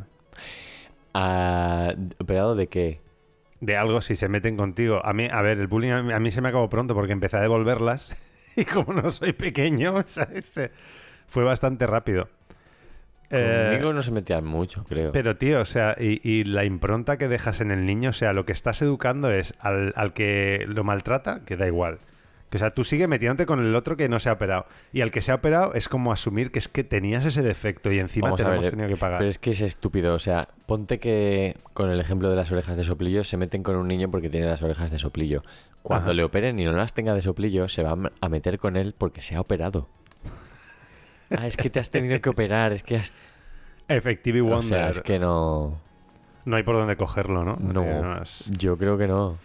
Speaker 8: Ah, ¿Operado de qué?
Speaker 1: de algo si se meten contigo. A mí, a ver, el bullying a mí, a mí se me acabó pronto porque empecé a devolverlas y como no soy pequeño, ¿sabes? Eh, fue bastante rápido. Eh,
Speaker 8: Conmigo no se metían mucho, creo.
Speaker 1: pero tío, o sea, y, y la impronta que dejas en el niño, o sea, lo que estás educando es al, al que lo maltrata, que da igual. Que, O sea, tú sigue metiéndote con el otro que no se ha operado. Y al que se ha operado es como asumir que es que tenías ese defecto y encima
Speaker 8: Vamos
Speaker 1: te
Speaker 8: a
Speaker 1: lo
Speaker 8: ver,
Speaker 1: hemos
Speaker 8: eh,
Speaker 1: tenido que pagar.
Speaker 8: Pero es que es estúpido. O sea, ponte que con el ejemplo de las orejas de soplillo se meten con un niño porque tiene las orejas de soplillo. Cuando
Speaker 1: Ajá.
Speaker 8: le operen y no las tenga de soplillo, se van a meter con él porque se ha operado. ah, es que te has tenido que operar. Es que has...
Speaker 1: Effective Wonder.
Speaker 8: O sea, es que no.
Speaker 1: No hay por dónde cogerlo, ¿no?
Speaker 8: No.
Speaker 1: Eh, no es-
Speaker 8: Yo creo que no.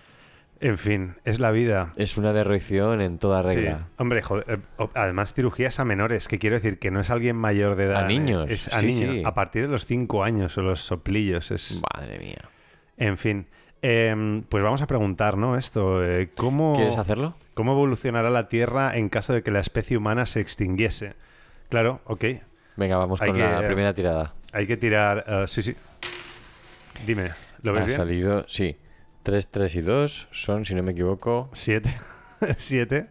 Speaker 1: En fin, es la vida.
Speaker 8: Es una derroición en toda
Speaker 1: Sí.
Speaker 8: regla.
Speaker 1: Hombre, joder, eh, o- además cirugías a menores, que quiero decir que no es alguien mayor de edad.
Speaker 8: A
Speaker 1: ¿eh?
Speaker 8: niños,
Speaker 1: Es a
Speaker 8: sí,
Speaker 1: niños.
Speaker 8: sí.
Speaker 1: A partir de los 5 años o los soplillos. Es...
Speaker 8: Madre mía.
Speaker 1: En fin. Em, pues vamos a preguntar, ¿no? Esto, eh, ¿cómo,
Speaker 8: ¿Quieres hacerlo?
Speaker 1: ¿cómo evolucionará la Tierra en caso de que la especie humana se extinguiese? Claro, ok.
Speaker 8: Venga, vamos
Speaker 1: Hay
Speaker 8: con
Speaker 1: que-
Speaker 8: la primera tirada.
Speaker 1: Hay que tirar... eh, sí, sí. Dime, ¿lo ves
Speaker 8: ha
Speaker 1: bien?
Speaker 8: salido, sí. 3, 3 y 2 son, si no me equivoco,
Speaker 1: Siete. Siete.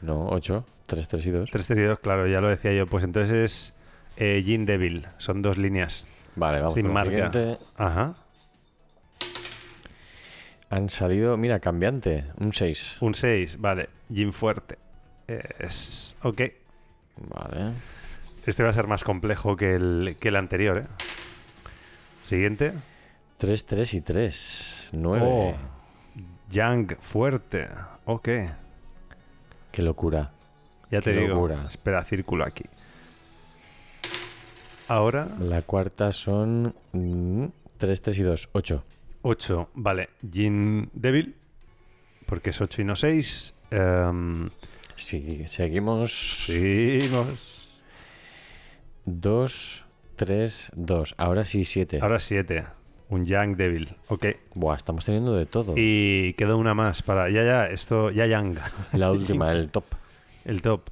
Speaker 8: no, 8. 3, 3 y 2.
Speaker 1: Tres tejidos, claro, ya lo decía yo. Pues entonces es eh, Jean Devil. Son dos líneas.
Speaker 8: Vale, vamos
Speaker 1: sin
Speaker 8: con el
Speaker 1: marca.
Speaker 8: siguiente.
Speaker 1: Ajá.
Speaker 8: Han salido, mira, cambiante, un 6.
Speaker 1: Un 6, vale. Jean Fuerte. Es... Ok.
Speaker 8: Vale.
Speaker 1: Este va a ser más complejo que el, que el anterior, ¿eh? Siguiente.
Speaker 8: 3, 3 y 3. 9.
Speaker 1: Oh. Yang Fuerte. Ok.
Speaker 8: Qué locura.
Speaker 1: Ya te
Speaker 8: Qué
Speaker 1: digo.
Speaker 8: locura.
Speaker 1: Espera, círculo aquí. Ahora,
Speaker 8: La cuarta son 3, 3 y 2, 8.
Speaker 1: 8. Vale, Jin Devil. Porque es 8 y no Em, 6.
Speaker 8: Sí, seguimos.
Speaker 1: seguimos.
Speaker 8: 2, 3, 2. Ahora sí, 7.
Speaker 1: Ahora 7. Un Yang Devil. Ok.
Speaker 8: Buah, estamos teniendo de todo.
Speaker 1: Y queda una más para. Ya, ya, esto. Ya Yang.
Speaker 8: La última, el top.
Speaker 1: El top.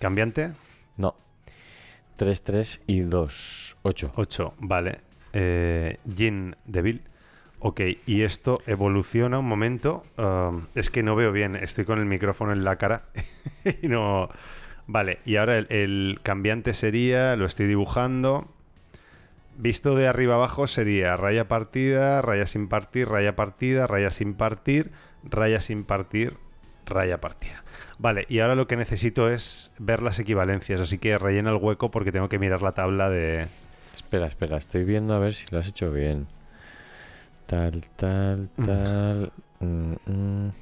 Speaker 1: Cambiante.
Speaker 8: No. 3, 3 y 2, 8.
Speaker 1: 8, vale. Eh, Jin Devil. Ok, y esto evoluciona un momento. Um, es que no veo bien, estoy con el micrófono en la cara. y no. Vale, y ahora el, el cambiante sería, lo estoy dibujando. Visto de arriba abajo sería raya partida, raya sin partir, raya partida, raya sin partir, raya sin partir, raya partida. Vale, y ahora lo que necesito es ver las equivalencias, así que rellena el hueco porque tengo que mirar la tabla de,
Speaker 8: Espera, espera, estoy viendo a ver si lo has hecho bien. Tal, tal, tal. Mm, mm.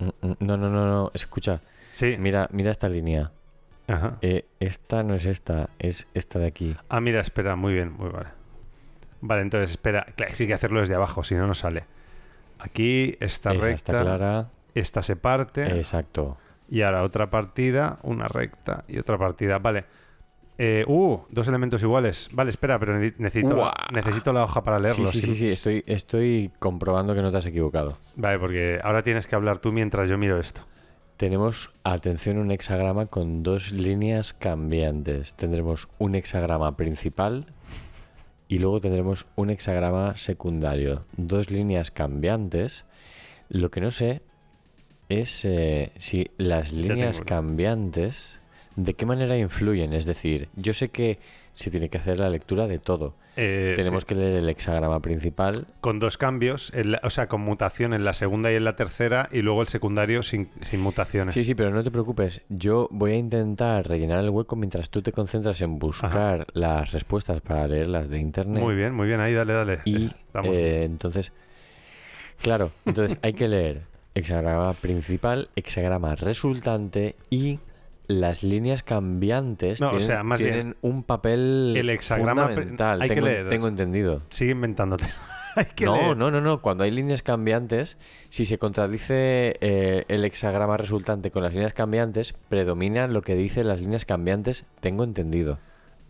Speaker 8: Mm, mm. No, no, no, no. Escucha,
Speaker 1: Sí.
Speaker 8: mira, mira esta línea.
Speaker 1: Ajá.
Speaker 8: Eh, esta no es esta, es esta de aquí.
Speaker 1: Ah, mira, espera, muy bien, muy vale. Vale, entonces espera, claro, sí hay que hacerlo desde abajo, si no, no sale. Aquí está
Speaker 8: Esa
Speaker 1: recta,
Speaker 8: está clara.
Speaker 1: esta se parte,
Speaker 8: Exacto.
Speaker 1: y ahora otra partida, una recta y otra partida, vale. Eh, uh, dos elementos iguales. Vale, espera, pero ne- necesito,
Speaker 8: Guau.
Speaker 1: la, necesito la hoja para
Speaker 8: Sí,
Speaker 1: leerlos.
Speaker 8: sí, sí, sí, estoy, estoy comprobando que no te has equivocado.
Speaker 1: Vale, porque ahora tienes que hablar tú mientras yo miro esto.
Speaker 8: Tenemos, atención, un hexagrama con dos líneas cambiantes. Tendremos un hexagrama principal y luego tendremos un hexagrama secundario. Dos líneas cambiantes. Lo que no sé es eh, si las líneas
Speaker 1: tengo uno.
Speaker 8: cambiantes, ¿de qué manera influyen? Es decir, yo sé que se tiene que hacer la lectura de todo.
Speaker 1: Eh,
Speaker 8: Tenemos
Speaker 1: sí.
Speaker 8: que leer el hexagrama principal
Speaker 1: Con dos cambios, en la- o sea, con mutación en la segunda y en la tercera, y luego el secundario sin, sin mutaciones.
Speaker 8: Sí, sí, pero no te preocupes. Yo voy a intentar rellenar el hueco mientras tú te concentras en buscar las respuestas para leerlas de internet.
Speaker 1: Muy bien, muy bien, ahí dale, dale.
Speaker 8: Y
Speaker 1: Vamos.
Speaker 8: eh, entonces, claro, entonces hay que leer hexagrama principal, hexagrama resultante y las líneas cambiantes
Speaker 1: No, o
Speaker 8: tienen,
Speaker 1: sea, más bien,
Speaker 8: tienen un papel
Speaker 1: el hexagrama pri-
Speaker 8: fundamental.
Speaker 1: hay que
Speaker 8: tengo,
Speaker 1: leer.
Speaker 8: tengo entendido.
Speaker 1: Sigue inventándote. Hay que
Speaker 8: No,
Speaker 1: leer.
Speaker 8: no, no, no. Cuando hay líneas cambiantes, si se contradice eh, el hexagrama resultante con las líneas cambiantes, predomina lo que dicen las líneas cambiantes, tengo entendido.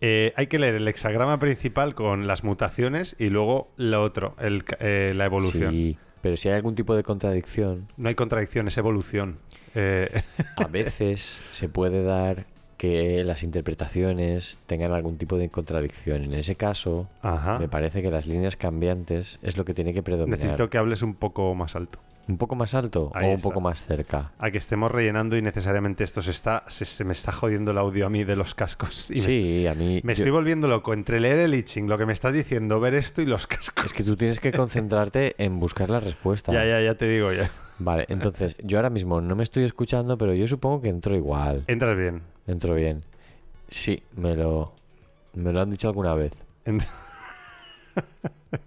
Speaker 1: Eh, hay que leer el hexagrama principal con las mutaciones y luego lo otro, el ca- eh, la evolución.
Speaker 8: Sí, pero si hay algún tipo de contradicción,
Speaker 1: No hay contradicción, es evolución. Eh,
Speaker 8: a veces se puede dar que las interpretaciones tengan algún tipo de contradicción. En ese caso,
Speaker 1: Ajá.
Speaker 8: me parece que las líneas cambiantes es lo que tiene que predominar.
Speaker 1: Necesito que hables un poco más alto.
Speaker 8: ¿Un poco más alto
Speaker 1: Ahí
Speaker 8: o un
Speaker 1: está.
Speaker 8: poco más cerca?
Speaker 1: A que estemos rellenando y necesariamente esto se está. Se, se me está jodiendo el audio a mí de los cascos. y Me, est-
Speaker 8: Sí, a mí...
Speaker 1: me
Speaker 8: yo-
Speaker 1: estoy volviendo loco entre leer el itching, lo que me estás diciendo, ver esto y los cascos.
Speaker 8: Es que tú tienes que concentrarte en buscar la respuesta.
Speaker 1: Ya, ya, ya te digo, ya.
Speaker 8: Vale, entonces yo ahora mismo no me estoy escuchando, pero yo supongo que entro igual.
Speaker 1: Entras bien.
Speaker 8: Entro bien. Sí, me lo, me lo han dicho alguna vez.
Speaker 1: Ent-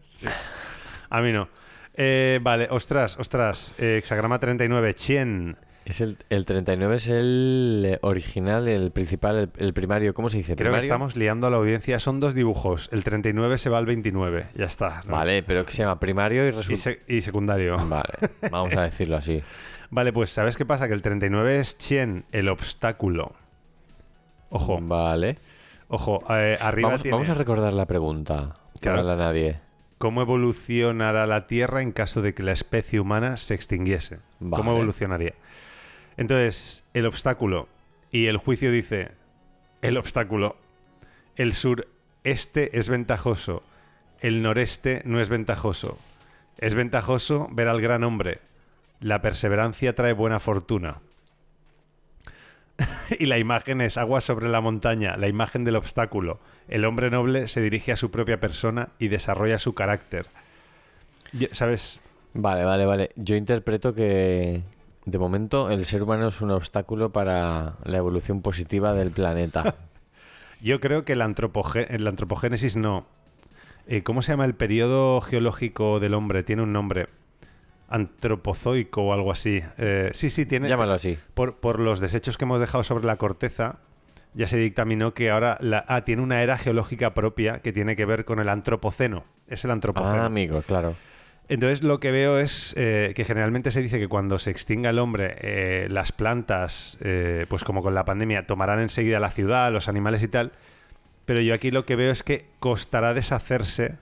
Speaker 1: Sí. A mí no. Eh, vale, ostras, ostras. eh, hexagrama 39, Chien.
Speaker 8: Es el, el 39 es el eh, original, el principal, el, el primario. ¿Cómo se dice?
Speaker 1: Creo que
Speaker 8: ¿Primario?
Speaker 1: estamos liando a la audiencia. Son dos dibujos. El 39 se va al 29. Ya está. ¿no?
Speaker 8: Vale, pero que se llama primario y
Speaker 1: Y,
Speaker 8: resulta...
Speaker 1: se- y secundario.
Speaker 8: Vale, vamos a decirlo así.
Speaker 1: Vale, pues ¿sabes qué pasa? Que el 39 es Chien, el obstáculo. Ojo,
Speaker 8: Vale.
Speaker 1: ojo. eh, arriba
Speaker 8: Vamos,
Speaker 1: tiene
Speaker 8: vamos a recordar la pregunta.
Speaker 1: Claro.
Speaker 8: Claro. a nadie.
Speaker 1: cómo evolucionará la Tierra en caso de que la especie humana se extinguiese. ¿Cómo
Speaker 8: Vale.
Speaker 1: evolucionaría? Entonces, el obstáculo. Y el juicio dice, el obstáculo. El sureste es ventajoso. El noreste no es ventajoso. Es ventajoso ver al gran hombre. La perseverancia trae buena fortuna. y la imagen es agua sobre la montaña, la imagen del obstáculo. El hombre noble se dirige a su propia persona y desarrolla su carácter. Yo- ¿Sabes?
Speaker 8: Vale, vale, vale. Yo interpreto que de momento el ser humano es un obstáculo para la evolución positiva del planeta.
Speaker 1: Yo creo que la, antropoge- la antropogénesis no. Eh, ¿Cómo se llama el periodo geológico del hombre? Tiene un nombre. antropozoico o algo así. Eh, sí, sí, tiene.
Speaker 8: Llámalo así.
Speaker 1: Por, por los desechos que hemos dejado sobre la corteza, ya se dictaminó que ahora la A tiene una era geológica propia que tiene que ver con el antropoceno. Es el antropoceno.
Speaker 8: Ah, amigo, claro.
Speaker 1: Entonces lo que veo es eh, que generalmente se dice que cuando se extinga el hombre, eh, las plantas, eh, pues como con la pandemia, tomarán enseguida la ciudad, los animales y tal. Pero yo aquí lo que veo es que costará deshacerse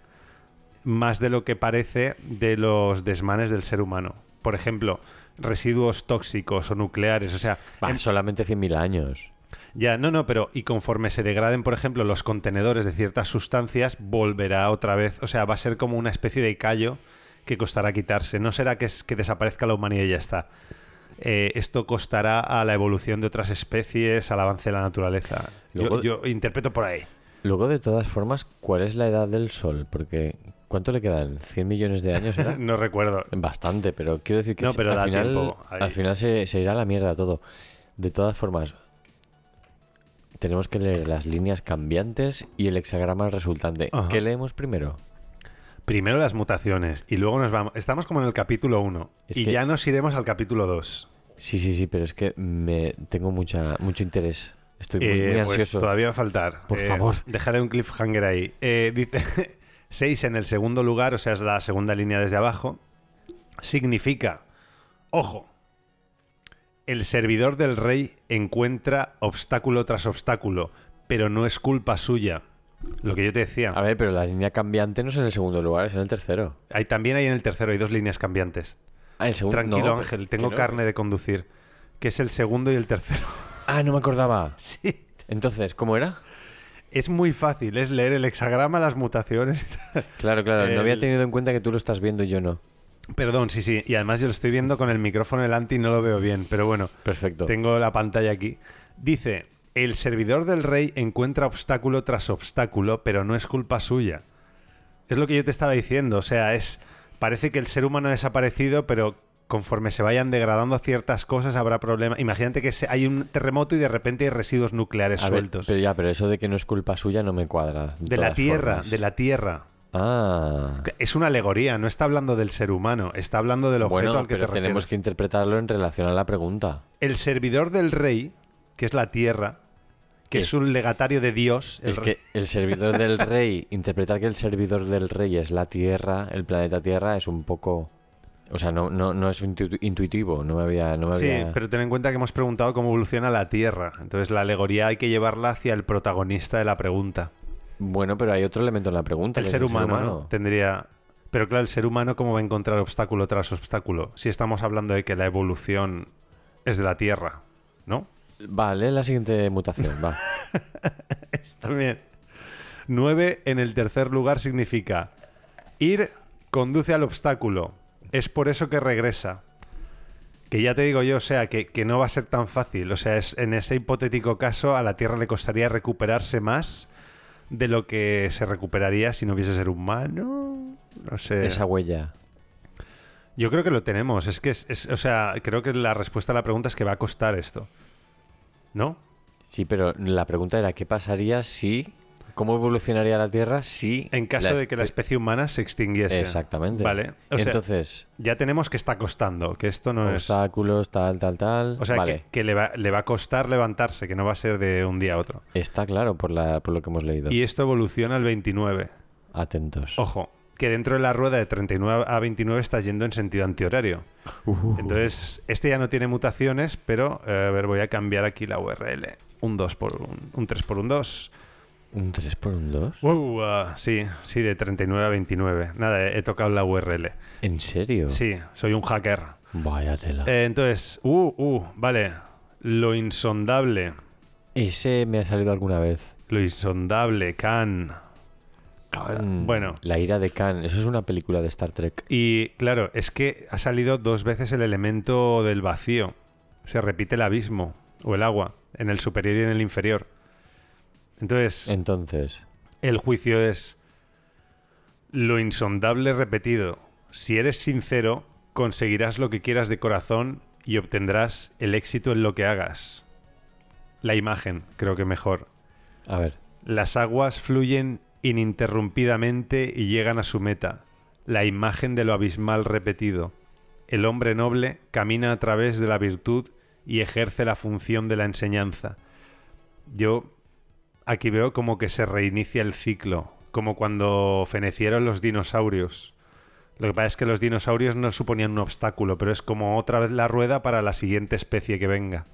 Speaker 1: más de lo que parece de los desmanes del ser humano. Por ejemplo, residuos tóxicos o nucleares. O sea,
Speaker 8: Va,
Speaker 1: en-
Speaker 8: solamente 100.000 años.
Speaker 1: ya, no, no, pero y conforme se degraden, por ejemplo, los contenedores de ciertas sustancias, volverá otra vez. O sea, va a ser como una especie de callo que costará quitarse. No será que, es- que desaparezca la humanidad y ya está. Eh, esto costará a la evolución de otras especies, al avance de la naturaleza. Yo-
Speaker 8: Luego-
Speaker 1: yo interpreto por ahí.
Speaker 8: Luego, de todas formas, ¿cuál es la edad del Sol? Porque, ¿cuánto le quedan? ¿100 millones de años? era?
Speaker 1: No recuerdo.
Speaker 8: Bastante, pero quiero decir que
Speaker 1: No,
Speaker 8: se-
Speaker 1: pero
Speaker 8: al,
Speaker 1: da
Speaker 8: final,
Speaker 1: tiempo ahí.
Speaker 8: al final se, se irá a la mierda todo. De todas formas, tenemos que leer las líneas cambiantes y el hexagrama resultante.
Speaker 1: Ajá.
Speaker 8: ¿Qué leemos primero?
Speaker 1: Primero las mutaciones y luego nos vamos. Estamos como en el capítulo 1
Speaker 8: Es
Speaker 1: y
Speaker 8: que-
Speaker 1: ya nos iremos al capítulo 2.
Speaker 8: Sí, sí, sí, pero es que me tengo mucha, mucho interés. Estoy muy,
Speaker 1: Eh,
Speaker 8: muy
Speaker 1: pues
Speaker 8: ansioso.
Speaker 1: todavía va a faltar.
Speaker 8: Por
Speaker 1: Eh,
Speaker 8: favor.
Speaker 1: Déjale un cliffhanger ahí. Eh, dice 6 en el segundo lugar, o sea, es la segunda línea desde abajo. Significa, ojo, el servidor del rey encuentra obstáculo tras obstáculo, pero no es culpa suya. Lo que yo te decía.
Speaker 8: A ver, pero la línea cambiante no es en el segundo lugar, es en el tercero.
Speaker 1: Hay, también hay en el tercero, hay dos líneas cambiantes.
Speaker 8: Ah, el segundo.
Speaker 1: Tranquilo,
Speaker 8: no,
Speaker 1: Ángel,
Speaker 8: pero-
Speaker 1: tengo
Speaker 8: que no.
Speaker 1: carne de conducir. Que es el segundo y el tercero.
Speaker 8: Ah, no me acordaba.
Speaker 1: sí.
Speaker 8: Entonces, ¿cómo era?
Speaker 1: Es muy fácil, es leer el hexagrama, las mutaciones y tal.
Speaker 8: Claro, claro. No había
Speaker 1: El-
Speaker 8: tenido en cuenta que tú lo estás viendo y yo no.
Speaker 1: Perdón, sí, sí. Y además yo lo estoy viendo con el micrófono delante y no lo veo bien, pero bueno.
Speaker 8: Perfecto.
Speaker 1: Tengo la pantalla aquí. Dice, el servidor del rey encuentra obstáculo tras obstáculo, pero no es culpa suya. Es lo que yo te estaba diciendo, o sea, es... Parece que el ser humano ha desaparecido, pero conforme se vayan degradando ciertas cosas habrá problemas. Imagínate que se- hay un terremoto y de repente hay residuos nucleares
Speaker 8: A ver,
Speaker 1: sueltos.
Speaker 8: pero ya, pero eso de que no es culpa suya no me cuadra.
Speaker 1: de la
Speaker 8: todas
Speaker 1: tierra,
Speaker 8: formas.
Speaker 1: de la tierra.
Speaker 8: Ah.
Speaker 1: Es una alegoría, no está hablando del ser humano, está hablando del objeto
Speaker 8: Bueno,
Speaker 1: al que
Speaker 8: pero
Speaker 1: te
Speaker 8: tenemos
Speaker 1: refieres.
Speaker 8: que interpretarlo en relación a la pregunta.
Speaker 1: El servidor del rey, que es la tierra, que
Speaker 8: Es-
Speaker 1: es un legatario de Dios. el
Speaker 8: es
Speaker 1: re-
Speaker 8: que el servidor del rey, interpretar que el servidor del rey es la Tierra, el planeta Tierra, es un poco... O sea, no, no, no es intu- intuitivo, no me había... No me
Speaker 1: Sí,
Speaker 8: había-
Speaker 1: pero ten en cuenta que hemos preguntado cómo evoluciona la tierra. Entonces la alegoría hay que llevarla hacia el protagonista de la pregunta.
Speaker 8: Bueno, pero hay otro elemento en la pregunta.
Speaker 1: el
Speaker 8: que es
Speaker 1: ser humano, ¿no?
Speaker 8: humano.
Speaker 1: Tendría. Pero claro, el ser humano, ¿cómo va a encontrar obstáculo tras obstáculo? Si estamos hablando de que la evolución es de la tierra, ¿no?
Speaker 8: Vale, la siguiente mutación, va.
Speaker 1: También. 9 en el tercer lugar significa ir conduce al obstáculo. Es por eso que regresa. Que ya te digo yo, o sea, que, que no va a ser tan fácil. O sea, es, en ese hipotético caso a la Tierra le costaría recuperarse más de lo que se recuperaría si no hubiese ser humano. No sé.
Speaker 8: Esa huella.
Speaker 1: Yo creo que lo tenemos. Es que, es- es- o sea, creo que la respuesta a la pregunta es que va a costar esto. ¿No?
Speaker 8: Sí, pero la pregunta era, ¿qué pasaría si... ¿Cómo evolucionaría la Tierra si...
Speaker 1: En caso de que la especie humana se extinguiese.
Speaker 8: Exactamente.
Speaker 1: Vale. O sea,
Speaker 8: Entonces,
Speaker 1: ya tenemos que está costando, que esto no es...
Speaker 8: obstáculos, tal, tal, tal.
Speaker 1: O sea, que-
Speaker 8: vale.
Speaker 1: que, le, va, le va a costar levantarse, que no va a ser de un día a otro.
Speaker 8: Está claro por, la, por lo que hemos leído.
Speaker 1: Y esto evoluciona al 29.
Speaker 8: Atentos.
Speaker 1: Ojo, que dentro de la rueda de 39 a 29 está yendo en sentido antihorario. Entonces, este ya no tiene mutaciones, pero eh, a ver, voy a cambiar aquí la URL. Un 2 por un, un 3 por un 2.
Speaker 8: ¿Un 3 por un 2?
Speaker 1: Wow, ah, sí, sí, de 39 a 29. Nada, he, he tocado la URL.
Speaker 8: ¿En serio?
Speaker 1: Sí, soy un hacker.
Speaker 8: Vaya tela.
Speaker 1: Eh, entonces, uh, uh, vale. Lo insondable.
Speaker 8: Ese me ha salido alguna vez.
Speaker 1: Lo insondable, Khan.
Speaker 8: Khan.
Speaker 1: Mm. bueno.
Speaker 8: La ira de Khan. Eso es una película de Star Trek.
Speaker 1: Y claro, es que ha salido dos veces el elemento del vacío. Se repite el abismo o el agua en el superior y en el inferior. Entonces,
Speaker 8: Entonces,
Speaker 1: el juicio es lo insondable repetido. Si eres sincero, conseguirás lo que quieras de corazón y obtendrás el éxito en lo que hagas. La imagen, creo que mejor.
Speaker 8: a ver.
Speaker 1: Las aguas fluyen ininterrumpidamente y llegan a su meta, la imagen de lo abismal repetido. el hombre noble camina a través de la virtud y ejerce la función de la enseñanza. Yo aquí veo como que se reinicia el ciclo, como cuando fenecieron los dinosaurios. Lo que pasa es que los dinosaurios no suponían un obstáculo, pero es como otra vez la rueda para la siguiente especie que venga.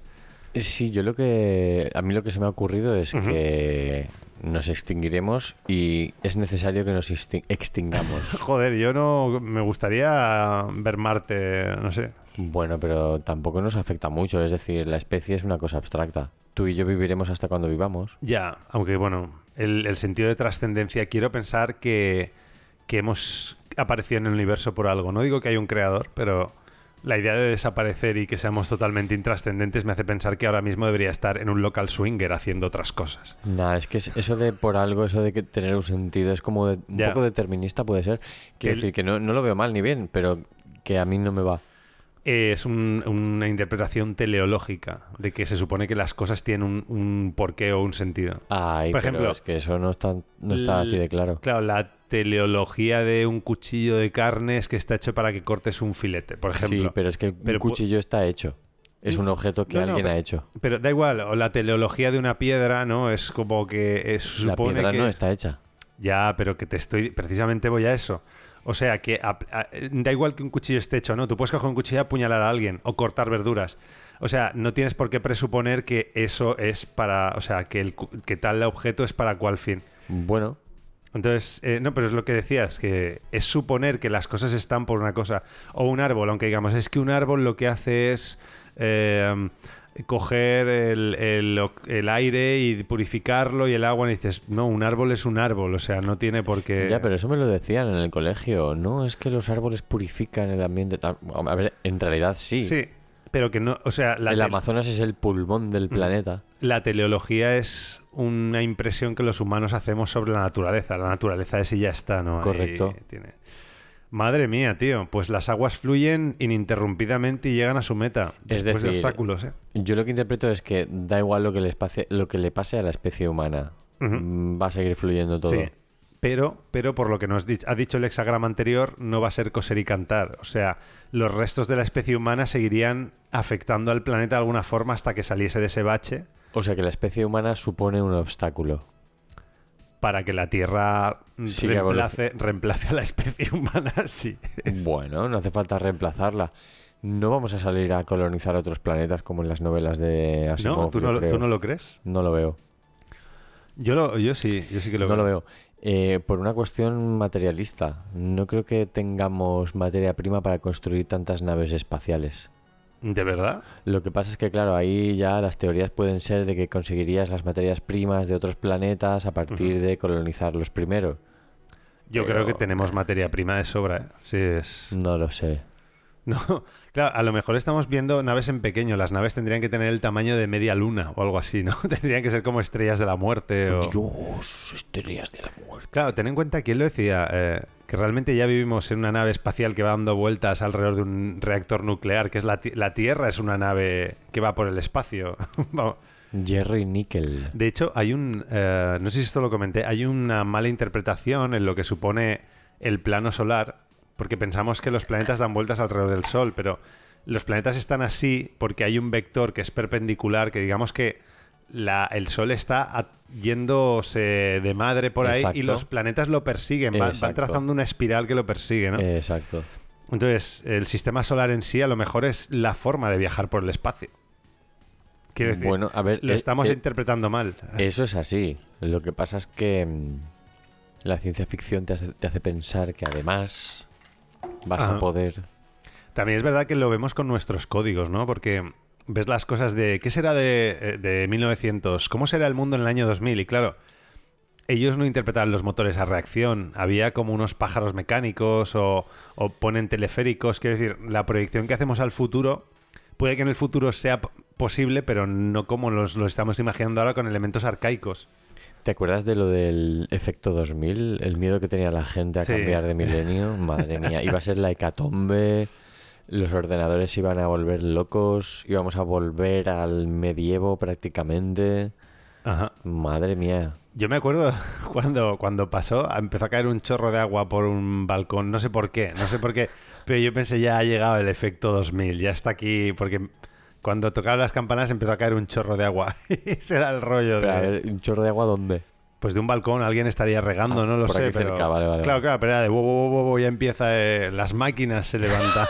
Speaker 8: Sí, yo lo que. A mí lo que se me ha ocurrido es que nos extinguiremos y es necesario que nos extin- extingamos.
Speaker 1: Joder, yo no me gustaría ver Marte, no sé.
Speaker 8: bueno, pero tampoco nos afecta mucho. Es decir, la especie es una cosa abstracta. Tú y yo viviremos hasta cuando vivamos.
Speaker 1: Ya, aunque bueno, el, el sentido de trascendencia, quiero pensar que, que hemos aparecido en el universo por algo. No digo que hay un creador, pero la idea de desaparecer y que seamos totalmente intrascendentes me hace pensar que ahora mismo debería estar en un local swinger haciendo otras cosas.
Speaker 8: Nada, es que es- eso de por algo, eso de que tener un sentido, es como de- un
Speaker 1: Ya.
Speaker 8: poco determinista, puede ser. Quiero
Speaker 1: El-
Speaker 8: decir que no, no lo veo mal ni bien, pero que a mí no me va.
Speaker 1: Eh, es un- una interpretación teleológica de que se supone que las cosas tienen un, un porqué o un sentido.
Speaker 8: Ay,
Speaker 1: Por
Speaker 8: pero
Speaker 1: ejemplo,
Speaker 8: es que eso no está, Ah, no está así de claro.
Speaker 1: Claro, la teleología de un cuchillo de carne es que está hecho para que cortes un filete, por ejemplo.
Speaker 8: Sí, pero es que
Speaker 1: Pero
Speaker 8: un
Speaker 1: pu-
Speaker 8: cuchillo está hecho. Es un objeto que
Speaker 1: No, no,
Speaker 8: alguien
Speaker 1: pero-
Speaker 8: ha hecho.
Speaker 1: Pero da igual, o la teleología de una piedra, ¿no? Es como que es-
Speaker 8: La
Speaker 1: supone
Speaker 8: piedra
Speaker 1: que...
Speaker 8: no está hecha.
Speaker 1: Ya, pero que te estoy... Precisamente voy a eso. O sea, que a- a- da igual que un cuchillo esté hecho, ¿no? Tú puedes coger un cuchillo y apuñalar a alguien o cortar verduras. O sea, no tienes por qué presuponer que eso es para... O sea, que, el, cu- que tal objeto es para cual fin.
Speaker 8: Bueno,
Speaker 1: Entonces, eh, no, pero es lo que decías, que es suponer que las cosas están por una cosa. O un árbol, aunque digamos, es que un árbol lo que hace es eh, coger el, el o- el aire y purificarlo y el agua. Y dices, no, un árbol es un árbol, o sea, no tiene por qué.
Speaker 8: ya, pero eso me lo decían en el colegio. No, es que los árboles purifican el ambiente. tal. A ver, en realidad sí.
Speaker 1: Sí, pero que no, o sea, la, Mm.
Speaker 8: el
Speaker 1: te-
Speaker 8: Amazonas es el pulmón del planeta.
Speaker 1: la teleología es una impresión que los humanos hacemos sobre la naturaleza. La naturaleza es y ya está, ¿no? Ahí
Speaker 8: Correcto.
Speaker 1: tiene- Madre mía, tío. Pues las aguas fluyen ininterrumpidamente y llegan a su meta.
Speaker 8: Es
Speaker 1: después de
Speaker 8: decir,
Speaker 1: obstáculos, ¿eh?
Speaker 8: Yo lo que interpreto es que da igual lo que, les pase, lo que le pase a la especie humana. Mm, Va a seguir fluyendo todo.
Speaker 1: Sí. Pero, pero por lo que nos di- ha dicho el hexagrama anterior, no va a ser coser y cantar. O sea, los restos de la especie humana seguirían afectando al planeta de alguna forma hasta que saliese de ese bache
Speaker 8: O sea que la especie humana supone un obstáculo.
Speaker 1: para que la Tierra mm,
Speaker 8: Siga
Speaker 1: reemplace, reemplace a la especie humana. Sí.
Speaker 8: Bueno, no hace falta reemplazarla. No vamos a salir a colonizar otros planetas como en las novelas de Asimov.
Speaker 1: No, ¿Tú no,
Speaker 8: yo
Speaker 1: lo-
Speaker 8: creo.
Speaker 1: ¿Tú no lo crees?
Speaker 8: No lo veo.
Speaker 1: Yo, lo, yo sí, yo sí que lo veo.
Speaker 8: No lo veo. Eh, por una cuestión materialista. No creo que tengamos materia prima para construir tantas naves espaciales.
Speaker 1: ¿De verdad?
Speaker 8: Lo que pasa es que, claro, ahí ya las teorías pueden ser de que conseguirías las materias primas de otros planetas a partir de colonizarlos primero.
Speaker 1: Yo
Speaker 8: Pero-
Speaker 1: creo que tenemos materia prima de sobra. ¿eh? Sí, es...
Speaker 8: No lo sé.
Speaker 1: No, claro, a lo mejor estamos viendo naves en pequeño. Las naves tendrían que tener el tamaño de media luna o algo así, ¿no? Tendrían que ser como estrellas de la muerte o...
Speaker 8: Dios, estrellas de la muerte.
Speaker 1: Claro, ten en cuenta que él lo decía, eh, que realmente ya vivimos en una nave espacial que va dando vueltas alrededor de un reactor nuclear, que es la, ti- la Tierra, es una nave que va por el espacio. Vamos.
Speaker 8: Jerry Nickel.
Speaker 1: De hecho, hay un. eh, no sé si esto lo comenté. Hay una mala interpretación en lo que supone el plano solar. Porque pensamos que los planetas dan vueltas alrededor del Sol, pero los planetas están así porque hay un vector que es perpendicular, que digamos que la- el Sol está a- yéndose de madre por ahí
Speaker 8: Exacto.
Speaker 1: y los planetas lo persiguen, van- van,
Speaker 8: Exacto.
Speaker 1: trazando una espiral que lo persigue, ¿no?
Speaker 8: Eh, Exacto.
Speaker 1: Entonces, el sistema solar en sí a lo mejor es la forma de viajar por el espacio. Quiero decir,
Speaker 8: Bueno, a ver,
Speaker 1: lo
Speaker 8: eh,
Speaker 1: estamos
Speaker 8: eh,
Speaker 1: interpretando mal.
Speaker 8: Eso es así. Lo que pasa es que mm, la ciencia ficción te hace, te hace pensar que además vas
Speaker 1: Ajá.
Speaker 8: a poder...
Speaker 1: También es verdad que lo vemos con nuestros códigos, ¿no? Porque ves las cosas de ¿qué será de, eh, de 1900? ¿Cómo será el mundo en el año 2000? Y claro, ellos no interpretaban los motores a reacción. Había como unos pájaros mecánicos o, o ponen teleféricos. Quiero decir, la proyección que hacemos al futuro puede que en el futuro sea p- posible, pero no como los- lo estamos imaginando ahora con elementos arcaicos.
Speaker 8: ¿Te acuerdas de lo del efecto 2000? El miedo que tenía la gente a
Speaker 1: Sí.
Speaker 8: cambiar de milenio. Madre mía, iba a ser la hecatombe. Los ordenadores se iban a volver locos. Íbamos a volver al medievo prácticamente.
Speaker 1: Ajá.
Speaker 8: Madre mía.
Speaker 1: Yo me acuerdo cuando, cuando pasó, empezó a caer un chorro de agua por un balcón, no sé por qué, no sé por qué, pero yo pensé ya ha llegado el efecto 2000, ya está aquí, porque cuando tocaba las campanas empezó a caer un chorro de agua. Ese era el rollo
Speaker 8: Pero, a
Speaker 1: de...
Speaker 8: ver, ¿un chorro de agua dónde?
Speaker 1: Pues de un balcón alguien estaría regando,
Speaker 8: Ah,
Speaker 1: no lo
Speaker 8: por
Speaker 1: sé.
Speaker 8: aquí
Speaker 1: pero...
Speaker 8: cerca, vale, vale,
Speaker 1: Claro,
Speaker 8: vale.
Speaker 1: claro, pero era de bo, bo, bo, bo, ya empieza, eh, las máquinas se levantan.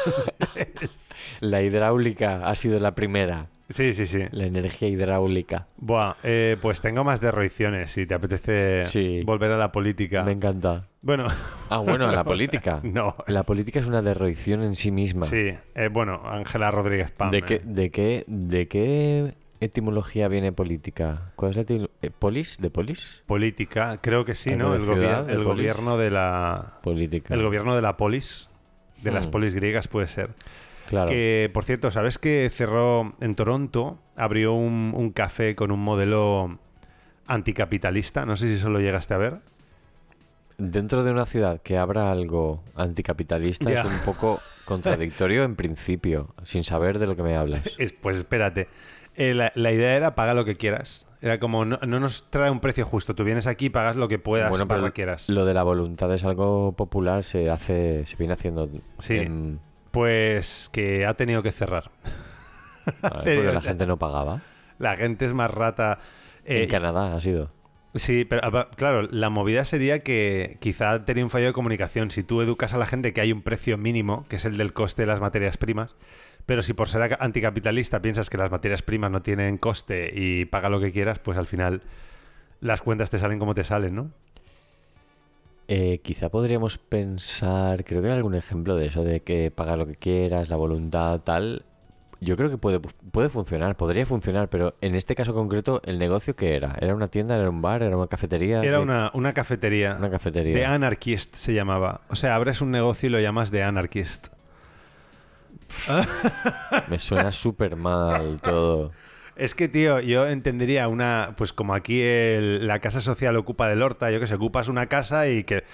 Speaker 8: La hidráulica ha sido la primera.
Speaker 1: sí, sí, sí.
Speaker 8: La energía hidráulica.
Speaker 1: Buah, eh, pues tengo más derroiciones si te apetece
Speaker 8: Sí.
Speaker 1: volver a la política.
Speaker 8: Me encanta.
Speaker 1: Bueno,
Speaker 8: Ah, bueno, la política.
Speaker 1: No.
Speaker 8: La política es una derroición en sí misma.
Speaker 1: sí, eh, bueno, Ángela Rodríguez Pam.
Speaker 8: ¿De
Speaker 1: eh.
Speaker 8: qué, de, qué, ¿De qué etimología viene política? ¿Cuál es la etimología? ¿Polis? ¿De polis?
Speaker 1: Política, creo que sí,
Speaker 8: Algo
Speaker 1: ¿no?
Speaker 8: de
Speaker 1: El,
Speaker 8: ciudad,
Speaker 1: gobier-
Speaker 8: de
Speaker 1: el
Speaker 8: polis.
Speaker 1: gobierno de la.
Speaker 8: Política.
Speaker 1: El gobierno de la polis. De las
Speaker 8: Mm.
Speaker 1: polis griegas puede ser.
Speaker 8: Claro.
Speaker 1: Que, por cierto, ¿sabes que cerró en Toronto? Abrió un, un café con un modelo anticapitalista. No sé si eso lo llegaste a ver.
Speaker 8: Dentro de una ciudad que abra algo anticapitalista
Speaker 1: Ya.
Speaker 8: es un poco contradictorio en principio, sin saber de lo que me hablas.
Speaker 1: Es- pues espérate. Eh, la, la idea era paga lo que quieras. Era como, no, no nos trae un precio justo. Tú vienes aquí, pagas lo que puedas, paga lo que quieras.
Speaker 8: lo de la voluntad es algo popular, se hace, se viene haciendo
Speaker 1: Sí.
Speaker 8: en-
Speaker 1: Pues que ha tenido que cerrar.
Speaker 8: a ver, ah, porque
Speaker 1: o
Speaker 8: la
Speaker 1: sea,
Speaker 8: gente no pagaba.
Speaker 1: La gente es más rata. Eh,
Speaker 8: en Canadá ha sido.
Speaker 1: Sí, pero apa- claro, la movida sería que quizá tenía un fallo de comunicación. Si tú educas a la gente que hay un precio mínimo, que es el del coste de las materias primas, pero si por ser aca- anticapitalista piensas que las materias primas no tienen coste y paga lo que quieras, pues al final las cuentas te salen como te salen, ¿no?
Speaker 8: Eh, quizá podríamos pensar, creo que hay algún ejemplo de eso, de que pagar lo que quieras, la voluntad, tal. Yo creo que puede, puede funcionar, podría funcionar, pero en este caso concreto, ¿el negocio qué era? ¿Era una tienda, era un bar, era una cafetería?
Speaker 1: Era
Speaker 8: ¿De-
Speaker 1: una, una cafetería.
Speaker 8: Ah, Una cafetería.
Speaker 1: The Anarchist se llamaba. O sea, abres un negocio y lo llamas The Anarchist.
Speaker 8: Me suena súper mal todo.
Speaker 1: Es que, tío, yo entendería una. Pues como aquí el- la casa social ocupa del horta, yo que sé, ocupas una casa y que.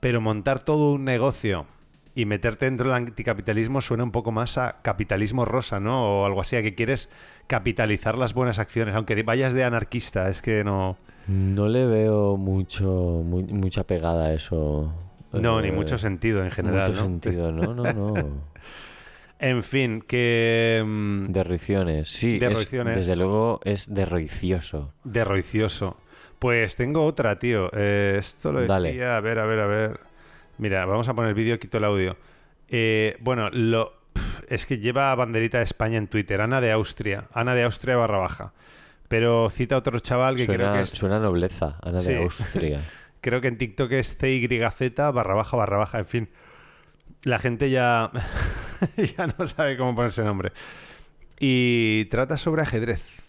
Speaker 1: Pero montar todo un negocio y meterte dentro del anticapitalismo suena un poco más a capitalismo rosa, ¿no? O algo así, a que quieres capitalizar las buenas acciones, aunque vayas de anarquista, es que no.
Speaker 8: No le veo mucho, mu- mucha pegada a eso.
Speaker 1: No,
Speaker 8: Eh,
Speaker 1: ni mucho sentido en general.
Speaker 8: Mucho
Speaker 1: ¿no?
Speaker 8: sentido, no, no, no.
Speaker 1: En fin, que. mm,
Speaker 8: Derriciones, sí. es-
Speaker 1: Derroiciones.
Speaker 8: desde luego es derroicioso.
Speaker 1: Derroicioso. Pues tengo otra, tío. Eh, esto lo
Speaker 8: Dale.
Speaker 1: decía. A ver, a ver, a ver. Mira, vamos a poner vídeo, quito el audio. Eh, bueno, lo. pf, Es que lleva banderita de España en Twitter. Ana de Austria. Ana de Austria barra baja. Pero cita a otro chaval que creo
Speaker 8: Suena,
Speaker 1: que es.
Speaker 8: suena nobleza, Ana
Speaker 1: Sí.
Speaker 8: de Austria.
Speaker 1: Creo que en TikTok es CYZ barra baja barra baja. En fin. La gente ya. ya no sabe cómo ponerse nombre. Y trata sobre ajedrez.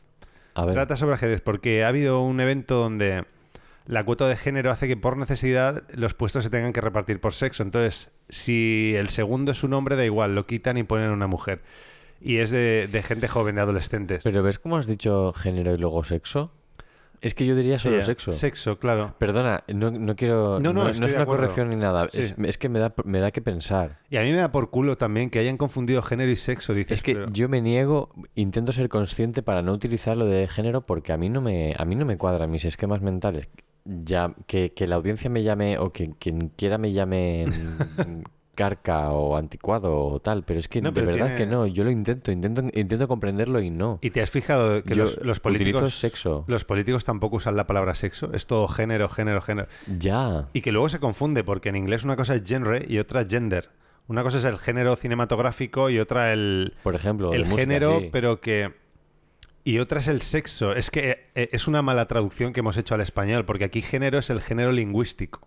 Speaker 8: A ver,
Speaker 1: Trata sobre ajedrez, porque ha habido un evento donde la cuota de género hace que por necesidad los puestos se tengan que repartir por sexo. Entonces, si el segundo es un hombre, da igual, lo quitan y ponen una mujer. Y es de, de gente joven, de adolescentes.
Speaker 8: pero ¿ves cómo has dicho género y luego sexo? Es que yo diría solo
Speaker 1: Ya,
Speaker 8: sexo.
Speaker 1: Sexo, claro.
Speaker 8: Perdona, no, no quiero.
Speaker 1: No, no,
Speaker 8: no,
Speaker 1: estoy
Speaker 8: es
Speaker 1: de
Speaker 8: una
Speaker 1: acuerdo.
Speaker 8: corrección ni nada.
Speaker 1: Sí.
Speaker 8: Es, es que me da, me da que pensar.
Speaker 1: Y a mí me da por culo también que hayan confundido género y sexo, dices.
Speaker 8: Es que
Speaker 1: pero-
Speaker 8: yo me niego, intento ser consciente para no utilizar lo de género porque a mí no me, a mí no me cuadran mis esquemas mentales. Ya, que, que la audiencia me llame o que quien quiera me llame mm, carca o anticuado o tal, pero es que
Speaker 1: No,
Speaker 8: de
Speaker 1: pero
Speaker 8: verdad
Speaker 1: tiene-
Speaker 8: que no, yo lo intento, intento, intento comprenderlo y no.
Speaker 1: ¿Y te has fijado que
Speaker 8: Yo
Speaker 1: los, los
Speaker 8: utilizo
Speaker 1: políticos.
Speaker 8: sexo.
Speaker 1: Los políticos tampoco usan la palabra sexo. Es todo género, género, género.
Speaker 8: Ya.
Speaker 1: Y que luego se confunde, porque en inglés una cosa es genre y otra es gender. Una cosa es el género cinematográfico y otra el,
Speaker 8: Por ejemplo, de
Speaker 1: el
Speaker 8: música,
Speaker 1: género,
Speaker 8: sí.
Speaker 1: pero que... Y otra es el sexo. Es que eh, es una mala traducción que hemos hecho al español, porque aquí género es el género lingüístico.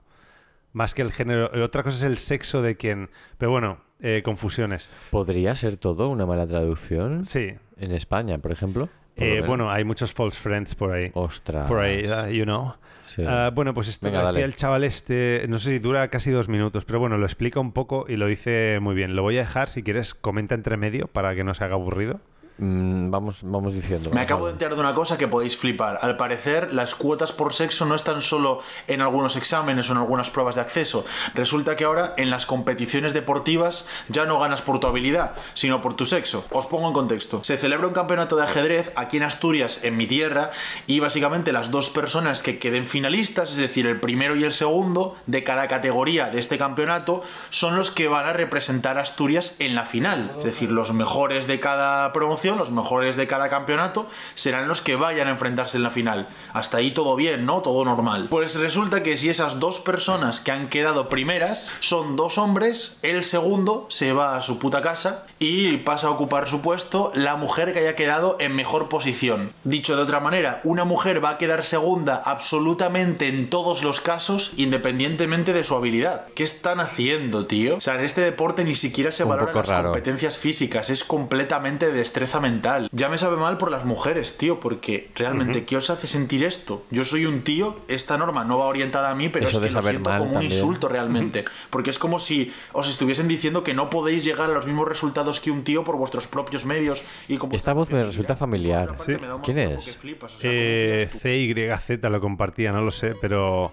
Speaker 1: Más que el género... Otra cosa es el sexo de quien... Pero bueno, eh, confusiones.
Speaker 8: ¿Podría ser todo una mala traducción?
Speaker 1: Sí.
Speaker 8: En España, por ejemplo. Por lo
Speaker 1: Eh,
Speaker 8: menos.
Speaker 1: bueno, hay muchos false friends por ahí.
Speaker 8: Ostras.
Speaker 1: Por ahí, uh, you know.
Speaker 8: Sí.
Speaker 1: Ah, bueno, pues esto
Speaker 8: Venga,
Speaker 1: lo
Speaker 8: dale.
Speaker 1: decía el chaval este, no sé si dura casi dos minutos, pero bueno, lo explica un poco y lo dice muy bien. Lo voy a dejar, si quieres, comenta entre medio para que no se haga aburrido.
Speaker 8: Mm, vamos, vamos diciendo.
Speaker 9: Me
Speaker 8: vamos
Speaker 9: acabo de
Speaker 8: hablando.
Speaker 9: enterar de una cosa que podéis flipar. Al parecer, las cuotas por sexo no están solo en algunos exámenes o en algunas pruebas de acceso. Resulta que ahora en las competiciones deportivas ya no ganas por tu habilidad, sino por tu sexo. Os pongo en contexto. Se celebra un campeonato de ajedrez aquí en Asturias, en mi tierra, y básicamente las dos personas que queden finalistas, es decir, el primero y el segundo de cada categoría de este campeonato, son los que van a representar a Asturias en la final. Es decir, los mejores de cada promoción, los mejores de cada campeonato, serán los que vayan a enfrentarse en la final. Hasta ahí todo bien, ¿no? Todo normal. Pues resulta que si esas dos personas que han quedado primeras son dos hombres, el segundo se va a su puta casa y pasa a ocupar su puesto la mujer que haya quedado en mejor posición. Dicho de otra manera, una mujer va a quedar segunda absolutamente en todos los casos, independientemente de su habilidad. ¿Qué están haciendo, tío? O sea, en este deporte ni siquiera se
Speaker 8: Un
Speaker 9: valoran
Speaker 8: poco
Speaker 9: las
Speaker 8: raro.
Speaker 9: competencias competencias físicas, es completamente destreza mental. Ya me sabe mal por las mujeres, tío, porque realmente, ¿qué os hace sentir esto? Yo soy un tío, esta norma no va orientada a mí, pero
Speaker 8: Eso
Speaker 9: es
Speaker 8: de
Speaker 9: que lo
Speaker 8: saber
Speaker 9: siento
Speaker 8: mal
Speaker 9: como un
Speaker 8: también.
Speaker 9: insulto realmente. Porque es como si os estuviesen diciendo que no podéis llegar a los mismos resultados que un tío por vuestros propios medios y como.
Speaker 8: Esta voz me resulta familiar.
Speaker 9: Aparte, me da un
Speaker 8: ¿Quién
Speaker 9: morbo que
Speaker 8: es?
Speaker 9: flipas, o sea, como que
Speaker 1: Eh,
Speaker 9: digas tú,
Speaker 1: CYZ lo compartía, no lo sé, pero.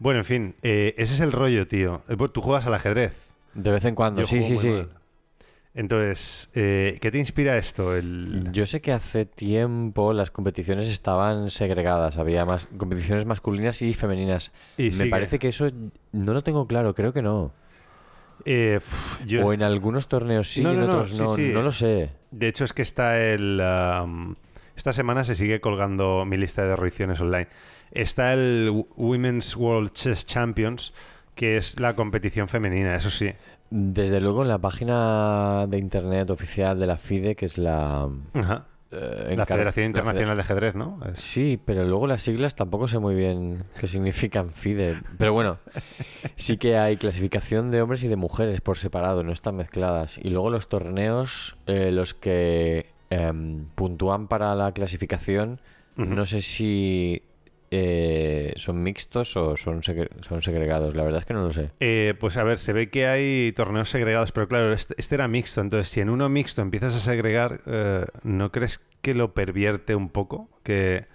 Speaker 1: Bueno, en fin, eh, ese es el rollo, tío. Eh, Tú juegas al ajedrez.
Speaker 8: De vez en cuando,
Speaker 1: Yo
Speaker 8: sí,
Speaker 1: juego
Speaker 8: sí,
Speaker 1: muy
Speaker 8: sí.
Speaker 1: mal. Entonces, eh, ¿qué te inspira esto? El...
Speaker 8: Yo sé que hace tiempo las competiciones estaban segregadas, había más competiciones masculinas y femeninas.
Speaker 1: Y
Speaker 8: Me
Speaker 1: sigue.
Speaker 8: parece que eso no lo tengo claro, creo que no.
Speaker 1: Eh, pf, yo-
Speaker 8: O en algunos torneos sí,
Speaker 1: No,
Speaker 8: y en
Speaker 1: no, no,
Speaker 8: otros
Speaker 1: sí,
Speaker 8: no,
Speaker 1: sí.
Speaker 8: no lo sé.
Speaker 1: De hecho, es que está el. um, esta semana se sigue colgando mi lista de derroiciones online. Está el W- Women's World Chess Champions, que es la competición femenina, eso sí.
Speaker 8: Desde luego en la página de internet oficial de la FIDE, que es la...
Speaker 1: Ajá.
Speaker 8: eh,
Speaker 1: La
Speaker 8: encar-
Speaker 1: Federación
Speaker 8: la fede-
Speaker 1: Internacional de Ajedrez, ¿no? Es-
Speaker 8: Sí, pero luego las siglas tampoco sé muy bien qué significan FIDE. Pero bueno, sí que hay clasificación de hombres y de mujeres por separado, no están mezcladas. Y luego los torneos, eh, los que em, puntúan para la clasificación, no sé si eh, son mixtos o son, segre- son segregados. La verdad es que no lo sé.
Speaker 1: Eh, pues a ver, se ve que hay torneos segregados, pero claro, este, este era mixto. Entonces, si en uno mixto empiezas a segregar, eh, ¿no crees que lo pervierte un poco? Que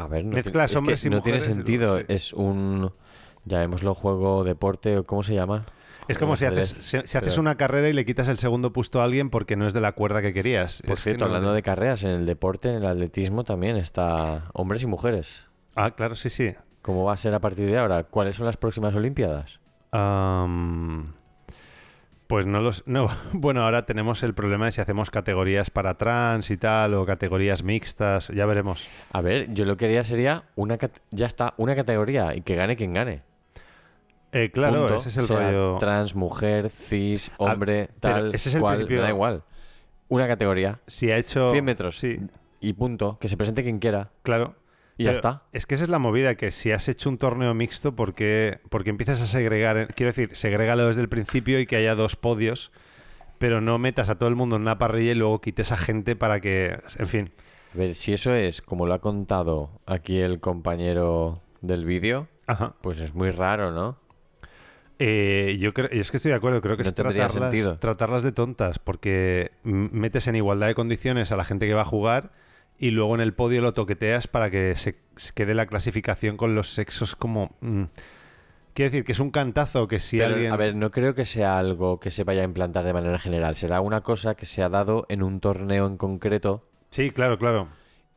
Speaker 8: A ver, no,
Speaker 1: Mezclas
Speaker 8: tiene- es
Speaker 1: hombres
Speaker 8: que
Speaker 1: y
Speaker 8: no
Speaker 1: mujeres y
Speaker 8: tiene sentido.
Speaker 1: luego, sí.
Speaker 8: Es un, llamémoslo juego, deporte, o ¿cómo se llama?
Speaker 1: es como si haces, si, si haces una carrera y le quitas el segundo puesto a alguien porque no es de la cuerda que querías.
Speaker 8: Por
Speaker 1: Es que no-
Speaker 8: cierto, hablando de carreras, en el deporte, en el atletismo también está hombres y mujeres.
Speaker 1: Ah, claro, sí, sí.
Speaker 8: ¿Cómo va a ser a partir de ahora? ¿Cuáles son las próximas Olimpiadas?
Speaker 1: Am, pues no los. No, bueno, ahora tenemos el problema de si hacemos categorías para trans y tal, o categorías mixtas, ya veremos.
Speaker 8: A ver, yo lo que haría sería una cat- ya está, una categoría y que gane quien gane.
Speaker 1: Eh, claro,
Speaker 8: Punto.
Speaker 1: ese es el
Speaker 8: Sea
Speaker 1: rollo.
Speaker 8: Trans, mujer, cis,
Speaker 1: Ah,
Speaker 8: hombre,
Speaker 1: pero
Speaker 8: tal,
Speaker 1: ese es el
Speaker 8: cual,
Speaker 1: principio-
Speaker 8: me da igual. Una categoría,
Speaker 1: Si ha hecho.
Speaker 8: 100 metros
Speaker 1: Sí,
Speaker 8: y punto, que se presente quien quiera.
Speaker 1: claro.
Speaker 8: Y ya
Speaker 1: Pero
Speaker 8: está.
Speaker 1: Es que esa es la movida, que si has hecho un torneo mixto, ¿por qué, por qué empiezas a segregar? eh? Quiero decir, segrégalo desde el principio y que haya dos podios, pero no metas a todo el mundo en una parrilla y luego quites a gente para que... En fin.
Speaker 8: A ver, si eso es como lo ha contado aquí el compañero del vídeo,
Speaker 1: Ajá.
Speaker 8: pues es muy raro, ¿no?
Speaker 1: Eh, yo, creo, yo es que estoy de acuerdo, creo que
Speaker 8: No
Speaker 1: es
Speaker 8: tendría sentido.
Speaker 1: tratarlas, tratarlas de tontas, porque m- metes en igualdad de condiciones a la gente que va a jugar y luego en el podio lo toqueteas para que se se quede la clasificación con los sexos como... mm. Quiero decir que es un cantazo que si
Speaker 8: Pero,
Speaker 1: alguien...
Speaker 8: A ver, no creo que sea algo que se vaya a implantar de manera general. Será una cosa que se ha dado en un torneo en concreto
Speaker 1: Sí, claro, claro.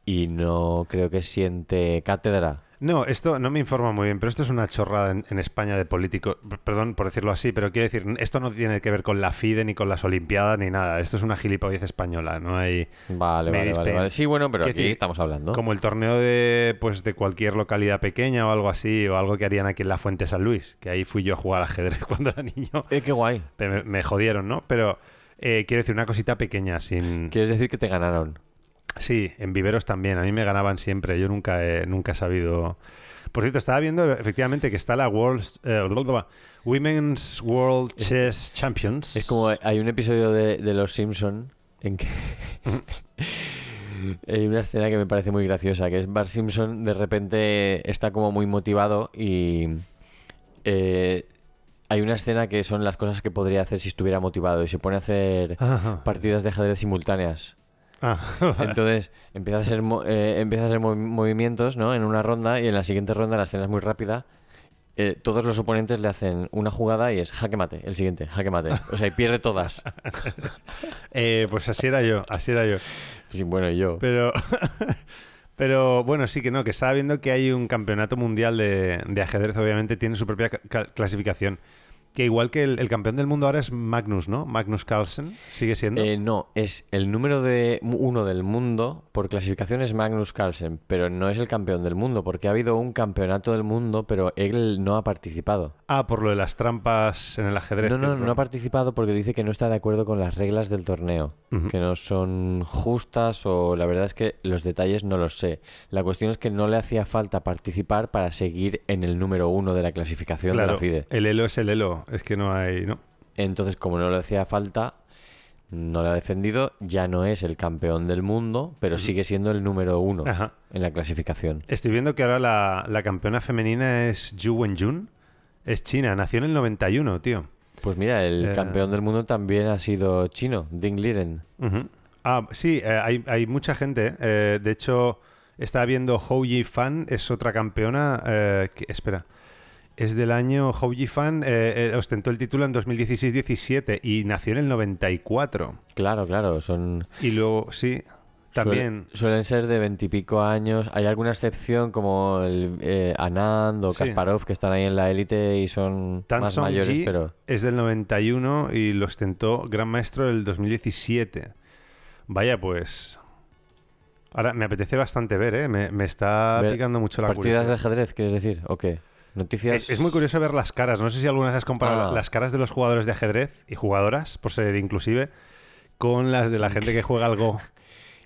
Speaker 8: y no creo que siente cátedra.
Speaker 1: No, esto no me informa muy bien, pero esto es una chorrada en, en España de políticos. P- Perdón por decirlo así, pero quiero decir, esto no tiene que ver con la FIDE ni con las Olimpiadas ni nada. Esto es una gilipollez española, no hay.
Speaker 8: Vale,
Speaker 1: Me
Speaker 8: vale, vale,
Speaker 1: dispen-
Speaker 8: vale. Sí, bueno, pero
Speaker 1: Quiero
Speaker 8: aquí
Speaker 1: decir,
Speaker 8: estamos hablando.
Speaker 1: Como el torneo de pues de cualquier localidad pequeña o algo así, o algo que harían aquí en la Fuente San Luis, que ahí fui yo a jugar ajedrez cuando era niño.
Speaker 8: Eh, qué guay.
Speaker 1: Pero Me, me jodieron, ¿no? Pero eh, quiero decir, una cosita pequeña, sin.
Speaker 8: Quieres decir que te ganaron.
Speaker 1: Sí, en viveros también. A mí me ganaban siempre. Yo nunca he, nunca he sabido. Por cierto, estaba viendo efectivamente que está la World, eh, bla, bla, bla, Women's World Chess Champions.
Speaker 8: Es como hay un episodio de, de Los Simpson en que hay una escena que me parece muy graciosa, que es Bart Simpson de repente está como muy motivado y eh, hay una escena que son las cosas que podría hacer si estuviera motivado y se pone a hacer
Speaker 1: Ajá.
Speaker 8: partidas de ajedrez simultáneas.
Speaker 1: Ah, vale.
Speaker 8: Entonces empieza a hacer, mo- eh, empieza a hacer movi- movimientos ¿no? en una ronda y en la siguiente ronda la escena es muy rápida. eh, todos los oponentes le hacen una jugada y es jaque mate, el siguiente, jaque mate. O sea, y pierde todas.
Speaker 1: Eh, pues así era yo, así era yo.
Speaker 8: Sí, bueno, y yo.
Speaker 1: Pero, pero bueno, sí que no, que estaba viendo que hay un campeonato mundial de, de ajedrez, obviamente tiene su propia ca- ca- clasificación. Que igual que el, el campeón del mundo ahora es Magnus, ¿no? Magnus Carlsen, sigue siendo.
Speaker 8: Eh, no, es el número de mu- uno del mundo por clasificación es Magnus Carlsen, pero no es el campeón del mundo, porque ha habido un campeonato del mundo, pero él no ha participado.
Speaker 1: Ah, por lo de las trampas en el ajedrez.
Speaker 8: No, no,
Speaker 1: que-
Speaker 8: no ha participado porque dice que no está de acuerdo con las reglas del torneo, que no son justas o la verdad es que los detalles no los sé. La cuestión es que no le hacía falta participar para seguir en el número uno de la clasificación de
Speaker 1: Claro,
Speaker 8: la FIDE.
Speaker 1: el elo es el elo, es que no hay, ¿no?
Speaker 8: Entonces, como no le hacía falta, no la ha defendido, ya no es el campeón del mundo, pero sigue siendo el número uno
Speaker 1: Ajá.
Speaker 8: en la clasificación.
Speaker 1: Estoy viendo que ahora la, la campeona femenina es Yu Wenjun. Es china, nació en el 91, tío.
Speaker 8: Pues mira, el
Speaker 1: Eh.
Speaker 8: campeón del mundo también ha sido chino, Ding Liren.
Speaker 1: Ujú. Ah, sí, eh, hay, hay mucha gente. eh. Eh, de hecho, estaba viendo Hou Yi Fan, es otra campeona. eh, que, espera. Es del año Hou Yi Fan, eh, eh, ostentó el título en 2016-17 y nació en el 94.
Speaker 8: Claro, claro, son...
Speaker 1: Y luego, sí, también.
Speaker 8: Suel- suelen ser de veintipico años. Hay alguna excepción como el eh, Anand o
Speaker 1: Sí.
Speaker 8: Kasparov que están ahí en la élite y son
Speaker 1: Tan
Speaker 8: más
Speaker 1: Song
Speaker 8: mayores,
Speaker 1: Ji
Speaker 8: pero
Speaker 1: es del 91 y lo ostentó Gran Maestro del 2017. Vaya, pues. Ahora me apetece bastante ver, ¿eh? Me, me está
Speaker 8: Ver-
Speaker 1: picando mucho la
Speaker 8: partidas de
Speaker 1: curiosidad.
Speaker 8: ajedrez, ¿quieres decir? ¿O qué? Noticias.
Speaker 1: Eh, Es, es muy curioso ver las caras. No sé si alguna vez has comparado
Speaker 8: Ah.
Speaker 1: las caras de los jugadores de ajedrez y jugadoras, por ser inclusive, con las de la gente que juega al Go.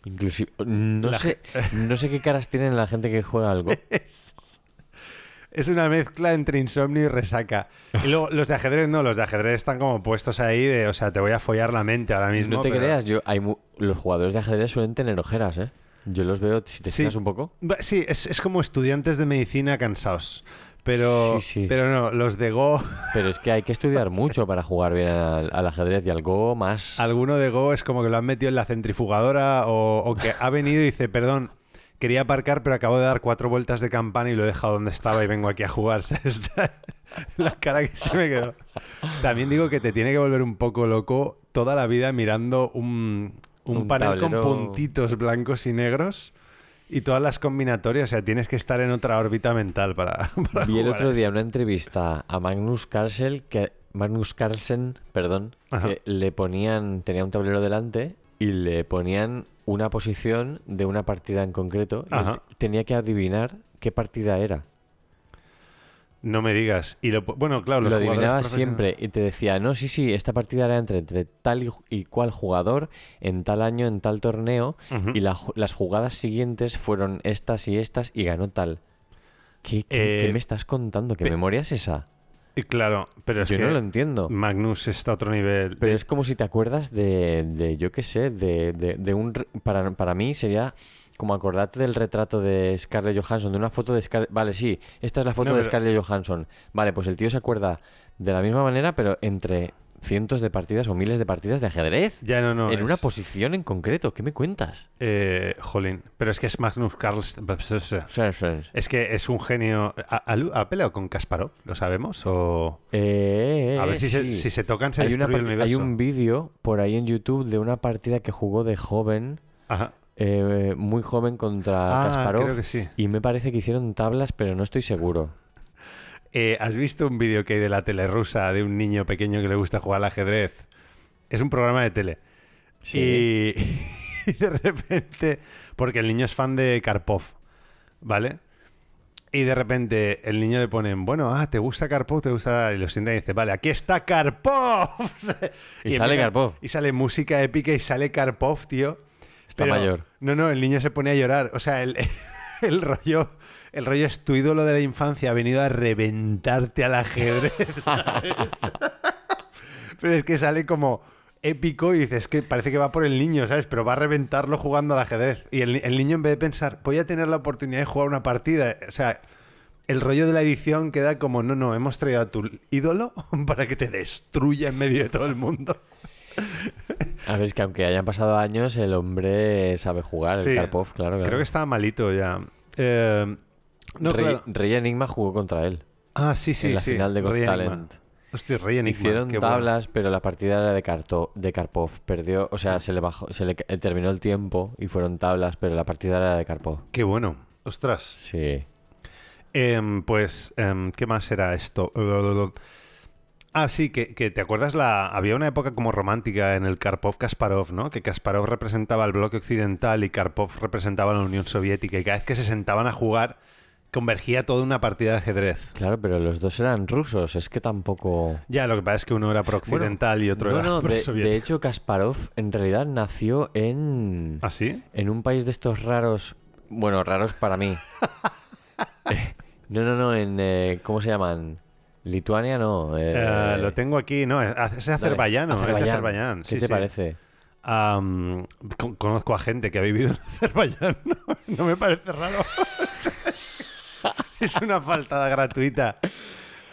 Speaker 8: Inclusive, no, sé, no sé qué caras tienen la gente que juega algo.
Speaker 1: Es una mezcla entre insomnio y resaca. Y luego, los de ajedrez no, los de ajedrez están como puestos ahí de, o sea, te voy a follar la mente ahora mismo.
Speaker 8: No te
Speaker 1: pero-
Speaker 8: creas, yo hay mu- los jugadores de ajedrez suelen tener ojeras, ¿eh? Yo los veo, si te
Speaker 1: Sí.
Speaker 8: fijas un poco.
Speaker 1: Ba- Sí, es, es como estudiantes de medicina cansados. Pero,
Speaker 8: Sí, sí.
Speaker 1: pero no, los de Go,
Speaker 8: Pero es que hay que estudiar mucho para jugar bien al, al ajedrez y algo más.
Speaker 1: alguno de Go es como que lo han metido en la centrifugadora o, o que ha venido y dice, perdón, quería aparcar, pero acabo de dar cuatro vueltas de campana y lo he dejado donde estaba y vengo aquí a jugar. ¿sabes? la cara que se me quedó. También digo que te tiene que volver un poco loco toda la vida mirando un, un
Speaker 8: Un
Speaker 1: panel
Speaker 8: tablero.
Speaker 1: con puntitos blancos y negros. Y todas las combinatorias, o sea, tienes que estar en otra órbita mental para, para
Speaker 8: Vi el
Speaker 1: jugar
Speaker 8: otro
Speaker 1: a
Speaker 8: día
Speaker 1: eso.
Speaker 8: una entrevista a Magnus Carlsen que Magnus Carlsen, perdón,
Speaker 1: Ajá.
Speaker 8: que le ponían tenía un tablero delante y le ponían una posición de una partida en concreto y él
Speaker 1: Ajá.
Speaker 8: t- tenía que adivinar qué partida era.
Speaker 1: No me digas. Y lo, po- bueno, claro, los
Speaker 8: lo
Speaker 1: jugadores
Speaker 8: adivinaba
Speaker 1: profesionales-
Speaker 8: siempre y te decía, no, sí, sí, esta partida era entre, entre tal y, ju- y cual jugador, en tal año, en tal torneo, y la ju- las jugadas siguientes fueron estas y estas y ganó tal. ¿Qué, qué- qué
Speaker 1: Eh,
Speaker 8: me estás contando? ¿Qué
Speaker 1: pe-
Speaker 8: memoria es esa?
Speaker 1: Y claro, pero es
Speaker 8: Yo
Speaker 1: que
Speaker 8: no lo entiendo.
Speaker 1: Magnus está a otro nivel.
Speaker 8: Pero
Speaker 1: Eh,
Speaker 8: es como si te acuerdas de, de yo qué sé, de, de- de un... re- Para, para mí sería como acordarte del retrato de Scarlett Johansson, de una foto de Scarlett... Vale, sí, esta es la foto
Speaker 1: No,
Speaker 8: de
Speaker 1: pero-
Speaker 8: Scarlett Johansson. Vale, pues el tío se acuerda de la misma manera, pero entre cientos de partidas o miles de partidas de ajedrez.
Speaker 1: Ya no, no.
Speaker 8: en
Speaker 1: es-
Speaker 8: una posición en concreto, ¿qué me cuentas?
Speaker 1: eh, jolín. Pero es que es Magnus Carlsen. Es que es un genio. ¿Ha, ha- ha peleado con Kasparov? ¿Lo sabemos? ¿O.?
Speaker 8: Eh,
Speaker 1: A ver
Speaker 8: eh,
Speaker 1: si se-
Speaker 8: sí.
Speaker 1: si se tocan, se
Speaker 8: hay una
Speaker 1: destruye el
Speaker 8: parti- Hay
Speaker 1: universo.
Speaker 8: un vídeo por ahí en YouTube de una partida que jugó de joven
Speaker 1: Ajá.
Speaker 8: eh, muy joven contra
Speaker 1: Ah,
Speaker 8: Kasparov.
Speaker 1: creo que sí.
Speaker 8: Y me parece que hicieron tablas, pero no estoy seguro.
Speaker 1: Eh, ¿Has visto un vídeo que hay de la tele rusa de un niño pequeño que le gusta jugar al ajedrez? Es un programa de tele. Y, y de repente, porque el niño es fan de Karpov, ¿vale? Y de repente el niño le ponen, bueno, ah, ¿te gusta Karpov? ¿Te gusta? Y lo sienta y dice, vale, aquí está Karpov.
Speaker 8: Y sale
Speaker 1: empieza-
Speaker 8: Karpov.
Speaker 1: Y sale música épica y sale Karpov, tío.
Speaker 8: Está mayor.
Speaker 1: No, no, el niño se pone a llorar. O sea, el, el rollo... El rollo es tu ídolo de la infancia ha venido a reventarte al ajedrez. Pero es que sale como épico y dices que parece que va por el niño, ¿sabes? Pero va a reventarlo jugando al ajedrez. Y el, ni- el niño en vez de pensar, voy a tener la oportunidad de jugar una partida. O sea, el rollo de la edición queda como, no, no, hemos traído a tu ídolo para que te destruya en medio de todo el mundo.
Speaker 8: A ver, es que aunque hayan pasado años, el hombre sabe jugar, el
Speaker 1: Sí.
Speaker 8: Karpov, claro. claro.
Speaker 1: Creo que estaba malito ya. Eh, no,
Speaker 8: Rey,
Speaker 1: claro.
Speaker 8: Rey Enigma jugó contra él.
Speaker 1: Ah, sí, sí,
Speaker 8: en la
Speaker 1: sí.
Speaker 8: final de Got
Speaker 1: Rey Enigma.
Speaker 8: Talent.
Speaker 1: Hostia, Rey Enigma,
Speaker 8: Hicieron
Speaker 1: qué bueno.
Speaker 8: tablas, pero la partida era de, Karto- de Karpov. Perdió, o sea, se le bajó, se le ca- eh, terminó el tiempo y fueron tablas, pero la partida era de Karpov.
Speaker 1: Qué bueno. Ostras.
Speaker 8: Sí.
Speaker 1: Em, pues, em, ¿qué más era esto? Ah, sí, que, que te acuerdas la. Había una época como romántica en el Karpov-Kasparov, ¿no? Que Kasparov representaba el bloque occidental y Karpov representaba la Unión Soviética. Y cada vez que se sentaban a jugar, convergía toda una partida de ajedrez.
Speaker 8: Claro, pero los dos eran rusos, es que tampoco.
Speaker 1: Ya, lo que pasa es que uno era pro-occidental y otro
Speaker 8: No,
Speaker 1: era
Speaker 8: no, de,
Speaker 1: pro-soviético.
Speaker 8: de hecho, Kasparov en realidad nació en.
Speaker 1: ¿Ah, sí?
Speaker 8: En un país de estos raros. Bueno, raros para mí. Eh, no, no, no, en. eh, ¿Cómo se llaman? Lituania no. eh,
Speaker 1: Eh, lo tengo aquí, no, es, es
Speaker 8: dale,
Speaker 1: azerbaiyano, es de Azerbaiyán,
Speaker 8: ¿Qué
Speaker 1: sí, Eh,
Speaker 8: te
Speaker 1: sí.
Speaker 8: parece?
Speaker 1: Am, con- conozco a gente que ha vivido en Azerbaiyán, no, no me parece raro. es una faltada gratuita.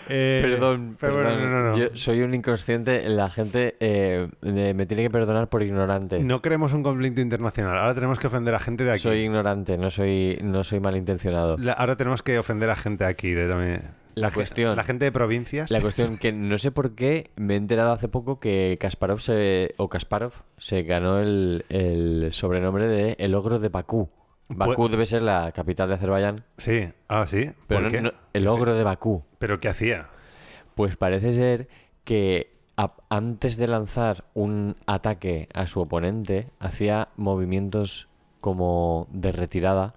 Speaker 1: Eh,
Speaker 8: Perdón,
Speaker 1: pero bueno,
Speaker 8: perdón.
Speaker 1: no, no, no.
Speaker 8: Yo soy un inconsciente. La gente eh, eh, me tiene que perdonar por ignorante.
Speaker 1: No queremos un conflicto internacional. Ahora tenemos que ofender a gente de aquí.
Speaker 8: soy ignorante, no soy, no soy malintencionado. La,
Speaker 1: La- ahora tenemos que ofender a gente de aquí. De, también.
Speaker 8: La
Speaker 1: ge-
Speaker 8: cuestión.
Speaker 1: La gente de provincias.
Speaker 8: cuestión que no sé por qué me he enterado hace poco que Kasparov se, o Kasparov se ganó el, el sobrenombre de El Ogro de Bakú. Bakú
Speaker 1: Pues-
Speaker 8: debe ser la capital de Azerbaiyán,
Speaker 1: Sí, ah, sí.
Speaker 8: pero
Speaker 1: ¿Por
Speaker 8: no-
Speaker 1: qué?
Speaker 8: no- el Ogro de Bakú.
Speaker 1: ¿Pero qué hacía?
Speaker 8: Pues parece ser que a- antes de lanzar un ataque a su oponente, hacía movimientos como de retirada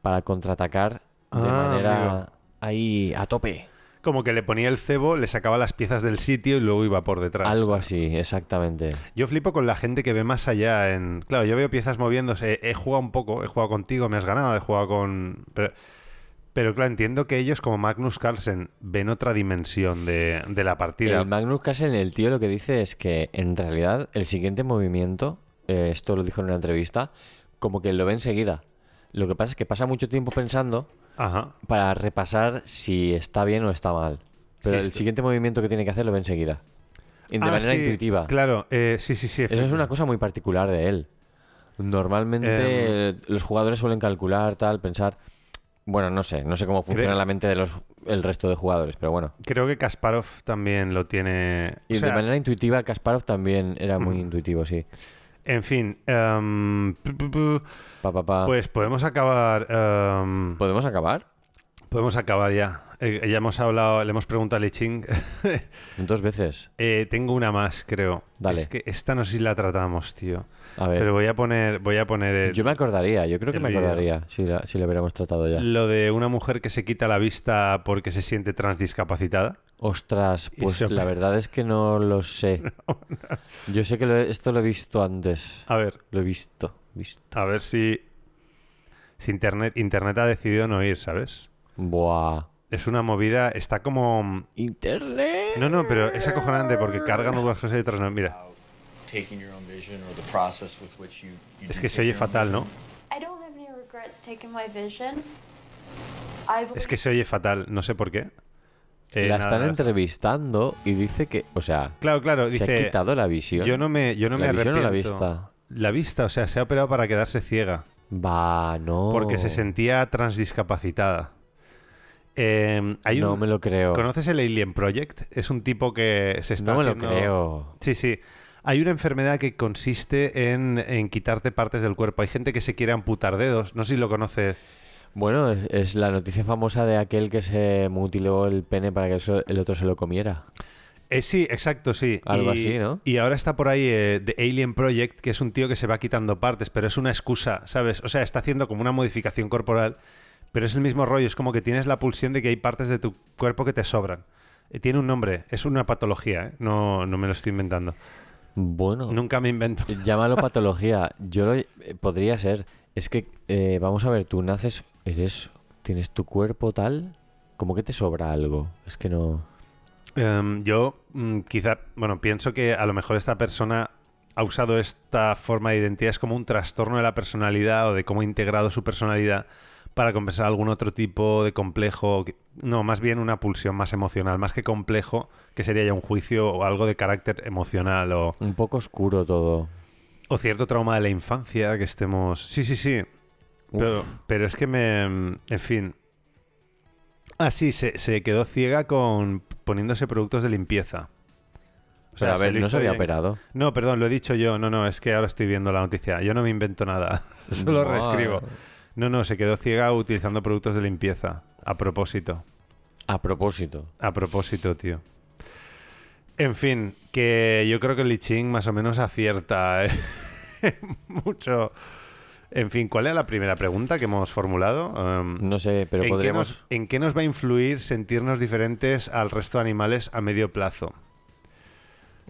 Speaker 8: para contraatacar de
Speaker 1: Ah,
Speaker 8: manera
Speaker 1: amigo.
Speaker 8: ahí a tope.
Speaker 1: Como que le ponía el cebo, le sacaba las piezas del sitio y luego iba por detrás.
Speaker 8: Algo así, exactamente.
Speaker 1: Yo flipo con la gente que ve más allá en... Claro, yo veo piezas moviéndose. He jugado un poco, he jugado contigo, me has ganado, he jugado con... Pero, pero, claro, entiendo que ellos, como Magnus Carlsen, ven otra dimensión de, de la partida.
Speaker 8: El Magnus Carlsen, el tío lo que dice es que en realidad el siguiente movimiento, eh, esto lo dijo en una entrevista, como que lo ve enseguida. Lo que pasa es que pasa mucho tiempo pensando
Speaker 1: Ajá.
Speaker 8: para repasar si está bien o está mal. Pero
Speaker 1: Sí,
Speaker 8: el
Speaker 1: está-
Speaker 8: siguiente movimiento que tiene que hacer lo ve enseguida. Y De
Speaker 1: Ah,
Speaker 8: manera
Speaker 1: sí,
Speaker 8: intuitiva.
Speaker 1: Claro, eh, sí, sí, sí.
Speaker 8: Eso es una cosa muy particular de él. Normalmente
Speaker 1: Em.
Speaker 8: los jugadores suelen calcular, tal, pensar. Bueno, no sé, no sé cómo funciona la mente del el resto de jugadores, pero bueno.
Speaker 1: Creo que Kasparov también lo tiene...
Speaker 8: Y
Speaker 1: o sea, Mm.
Speaker 8: de manera intuitiva, Kasparov también era muy intuitivo, sí.
Speaker 1: En fin, em, pu- pu- pu-
Speaker 8: Pa, pa, pa.
Speaker 1: pues podemos acabar... em,
Speaker 8: ¿Podemos acabar?
Speaker 1: podemos acabar ya. Eh, ya hemos hablado, le hemos preguntado a Liching
Speaker 8: Dos veces.
Speaker 1: Eh, tengo una más, creo.
Speaker 8: Dale.
Speaker 1: Es que esta no sé si la tratamos, tío.
Speaker 8: A ver.
Speaker 1: Pero eh, voy a poner, voy a poner el-
Speaker 8: Yo me acordaría, yo creo que
Speaker 1: el
Speaker 8: me
Speaker 1: vídeo.
Speaker 8: acordaría si, la- si lo hubiéramos tratado ya.
Speaker 1: lo de una mujer que se quita la vista porque se siente transdiscapacitada.
Speaker 8: Ostras,
Speaker 1: Y
Speaker 8: pues
Speaker 1: se-
Speaker 8: la verdad es que no lo sé. Yo sé que lo he- esto lo he visto antes.
Speaker 1: A ver,
Speaker 8: Lo he visto, visto.
Speaker 1: a ver si, si internet, internet ha decidido no ir, ¿sabes?
Speaker 8: Buah.
Speaker 1: Es una movida, está como...
Speaker 8: Internet.
Speaker 1: No, no, pero es acojonante porque cargan unas cosas y otras no. Mira, es que se oye fatal, ¿no? Es que se oye fatal, no sé por qué. Eh,
Speaker 8: la
Speaker 1: nada,
Speaker 8: están
Speaker 1: nada.
Speaker 8: entrevistando y dice que, o sea,
Speaker 1: Claro, claro, dice...
Speaker 8: se ha quitado la visión.
Speaker 1: Yo no me, yo no
Speaker 8: ¿La
Speaker 1: me
Speaker 8: visión o
Speaker 1: arrepiento.
Speaker 8: la vista?
Speaker 1: La vista, o sea, se ha operado para quedarse ciega.
Speaker 8: Va, no.
Speaker 1: Porque se sentía transdiscapacitada. Eh, hay
Speaker 8: No
Speaker 1: un-
Speaker 8: me lo creo.
Speaker 1: ¿Conoces el Alien Project? Es un tipo que se está
Speaker 8: No me lo
Speaker 1: haciendo-
Speaker 8: creo.
Speaker 1: Sí, sí. Hay una enfermedad que consiste en, en quitarte partes del cuerpo. Hay gente que se quiere amputar dedos. No sé si lo conoces.
Speaker 8: Bueno, es, es la noticia famosa de aquel que se mutiló el pene para que el so- el otro se lo comiera.
Speaker 1: Eh, sí, exacto, sí.
Speaker 8: Algo
Speaker 1: Y-
Speaker 8: así, ¿no?
Speaker 1: Y ahora está por ahí eh, The Alien Project, que es un tío que se va quitando partes, pero es una excusa, ¿sabes? O sea, está haciendo como una modificación corporal, pero es el mismo rollo, es como que tienes la pulsión de que hay partes de tu cuerpo que te sobran. Eh, tiene un nombre, es una patología, ¿eh? No, no me lo estoy inventando.
Speaker 8: Bueno.
Speaker 1: Nunca me invento.
Speaker 8: Llámalo patología. Yo lo eh, podría ser. Es que, eh, vamos a ver, tú naces, eres, tienes tu cuerpo tal, como que te sobra algo. Es que no.
Speaker 1: Em, yo mm, quizá, bueno, pienso que a lo mejor esta persona ha usado esta forma de identidad es como un trastorno de la personalidad o de cómo ha integrado su personalidad para compensar algún otro tipo de complejo, que- no, más bien una pulsión más emocional, más que complejo, que sería ya un juicio o algo de carácter emocional o,
Speaker 8: Un poco oscuro todo.
Speaker 1: o cierto trauma de la infancia que estemos. Sí, sí, sí.
Speaker 8: Uf.
Speaker 1: Pero, pero es que me. En fin. Ah, sí, se, se quedó ciega con poniéndose productos de limpieza. O
Speaker 8: Pero a
Speaker 1: se
Speaker 8: ver,
Speaker 1: lo
Speaker 8: ¿no
Speaker 1: hizo
Speaker 8: se había
Speaker 1: bien.
Speaker 8: operado?
Speaker 1: No, perdón, lo he dicho yo. No, no, es que ahora estoy viendo la noticia. Yo no me invento nada. Solo
Speaker 8: No.
Speaker 1: reescribo. No, no, se quedó ciega utilizando productos de limpieza. A propósito.
Speaker 8: A propósito.
Speaker 1: A propósito, tío. En fin, que yo creo que Li Ching más o menos acierta eh, mucho. En fin, ¿cuál es la primera pregunta que hemos formulado? Em,
Speaker 8: No sé, Mm, pero
Speaker 1: ¿en qué
Speaker 8: podríamos...
Speaker 1: nos- ¿En qué nos va a influir sentirnos diferentes al resto de animales a medio plazo?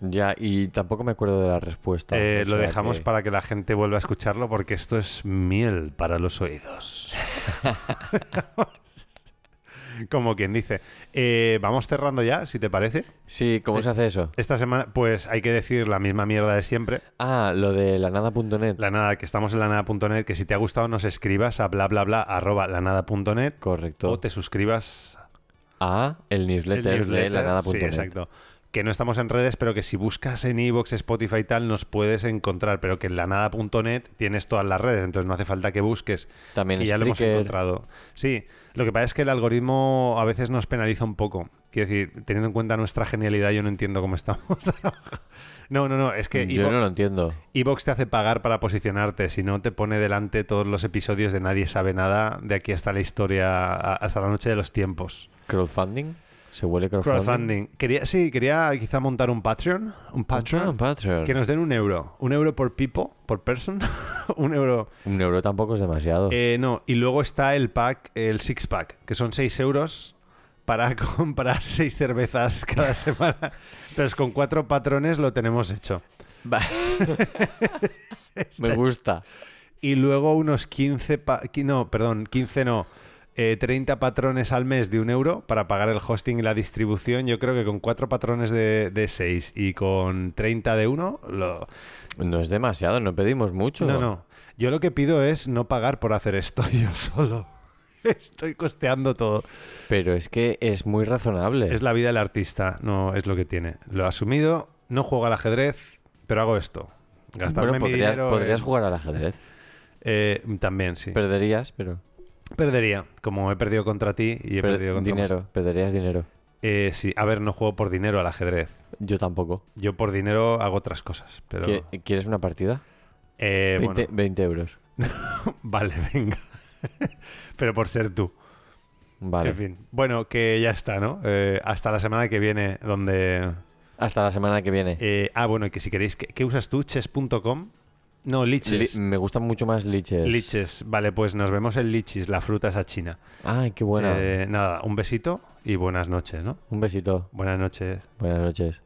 Speaker 8: Ya, y tampoco me acuerdo de la respuesta.
Speaker 1: Eh,
Speaker 8: o
Speaker 1: lo
Speaker 8: sea
Speaker 1: dejamos
Speaker 8: que-
Speaker 1: para que la gente vuelva a escucharlo porque esto es miel para los oídos. Como quien dice. Eh, vamos cerrando ya, si te parece.
Speaker 8: Sí,
Speaker 1: Eh,
Speaker 8: ¿cómo se hace eso?
Speaker 1: Esta semana, pues hay que decir la misma mierda de siempre.
Speaker 8: Ah, lo de lanada.net.
Speaker 1: La nada, que estamos en lanada.net, que si te ha gustado nos escribas a bla bla bla arroba lanada.net o
Speaker 8: Correcto.
Speaker 1: te suscribas
Speaker 8: Ah, el
Speaker 1: el
Speaker 8: newsletter, de
Speaker 1: newsletter.
Speaker 8: lanada.net.
Speaker 1: Sí, exacto. Que no estamos en redes, pero que si buscas en iVoox, Spotify y tal, nos puedes encontrar. Pero que en lanada.net tienes todas las redes, entonces no hace falta que busques.
Speaker 8: También
Speaker 1: que ya lo hemos
Speaker 8: Spreaker.
Speaker 1: encontrado. Sí, lo que pasa es que el algoritmo a veces nos penaliza un poco. Quiero decir, teniendo en cuenta nuestra genialidad, yo no entiendo cómo estamos trabajando. No, no, no, es que
Speaker 8: Yo
Speaker 1: iVoox-
Speaker 8: no lo entiendo.
Speaker 1: Evox te hace pagar para posicionarte, si no te pone delante todos los episodios de Nadie sabe nada, de aquí hasta la historia, a- hasta la noche de los tiempos.
Speaker 8: ¿Crowdfunding? ¿Se huele crowdfunding?
Speaker 1: Crowdfunding. Quería, sí, quería quizá montar un Patreon, un Patreon,
Speaker 8: Ah, un Patreon.
Speaker 1: que nos den un euro, un euro por people, por person, un euro.
Speaker 8: Un euro tampoco es demasiado.
Speaker 1: Eh, no, y luego está el pack, el six pack, que son 6 euros para comprar seis cervezas cada semana. Entonces con cuatro patrones lo tenemos hecho.
Speaker 8: Va. me gusta.
Speaker 1: y luego unos 15, pa- qui- no, perdón, 15 no, eh, 30 patrones al mes de un euro para pagar el hosting y la distribución. Yo creo que con cuatro patrones de, de 6 y con 30 de uno, lo...
Speaker 8: No es demasiado, no pedimos mucho.
Speaker 1: no, no. Yo lo que pido es no pagar por hacer esto yo solo. Estoy costeando todo.
Speaker 8: Pero es que es muy razonable.
Speaker 1: Es la vida del artista, no es lo que tiene. Lo he asumido, no juego al ajedrez, pero hago esto. Gastarme
Speaker 8: bueno,
Speaker 1: mi
Speaker 8: podrías,
Speaker 1: dinero.
Speaker 8: podrías
Speaker 1: en-
Speaker 8: jugar al ajedrez.
Speaker 1: eh, también, sí.
Speaker 8: Perderías, pero...
Speaker 1: Perdería, como he perdido contra ti y he
Speaker 8: per-
Speaker 1: perdido contra
Speaker 8: dinero, perderías dinero.
Speaker 1: Eh, sí, a ver, no juego por dinero al ajedrez.
Speaker 8: Yo tampoco.
Speaker 1: Yo por dinero hago otras cosas, pero...
Speaker 8: ¿Qui- ¿Quieres una partida?
Speaker 1: eh,
Speaker 8: 20,
Speaker 1: bueno,
Speaker 8: 20 euros.
Speaker 1: vale, venga. pero por ser tú.
Speaker 8: Vale.
Speaker 1: En fin. Bueno, que ya está, ¿no? Eh, hasta la semana que viene, donde...
Speaker 8: Hasta la semana que viene.
Speaker 1: eh, ah, bueno, y que si queréis... ¿Qué, qué usas tú? Chess.com. No, liches.
Speaker 8: Li- me gustan mucho más liches.
Speaker 1: liches. Vale, pues nos vemos en lichis, la fruta esa china.
Speaker 8: Ay, qué buena.
Speaker 1: Eh, nada, un besito y buenas noches, ¿no?
Speaker 8: Un besito.
Speaker 1: Buenas noches.
Speaker 8: Buenas noches.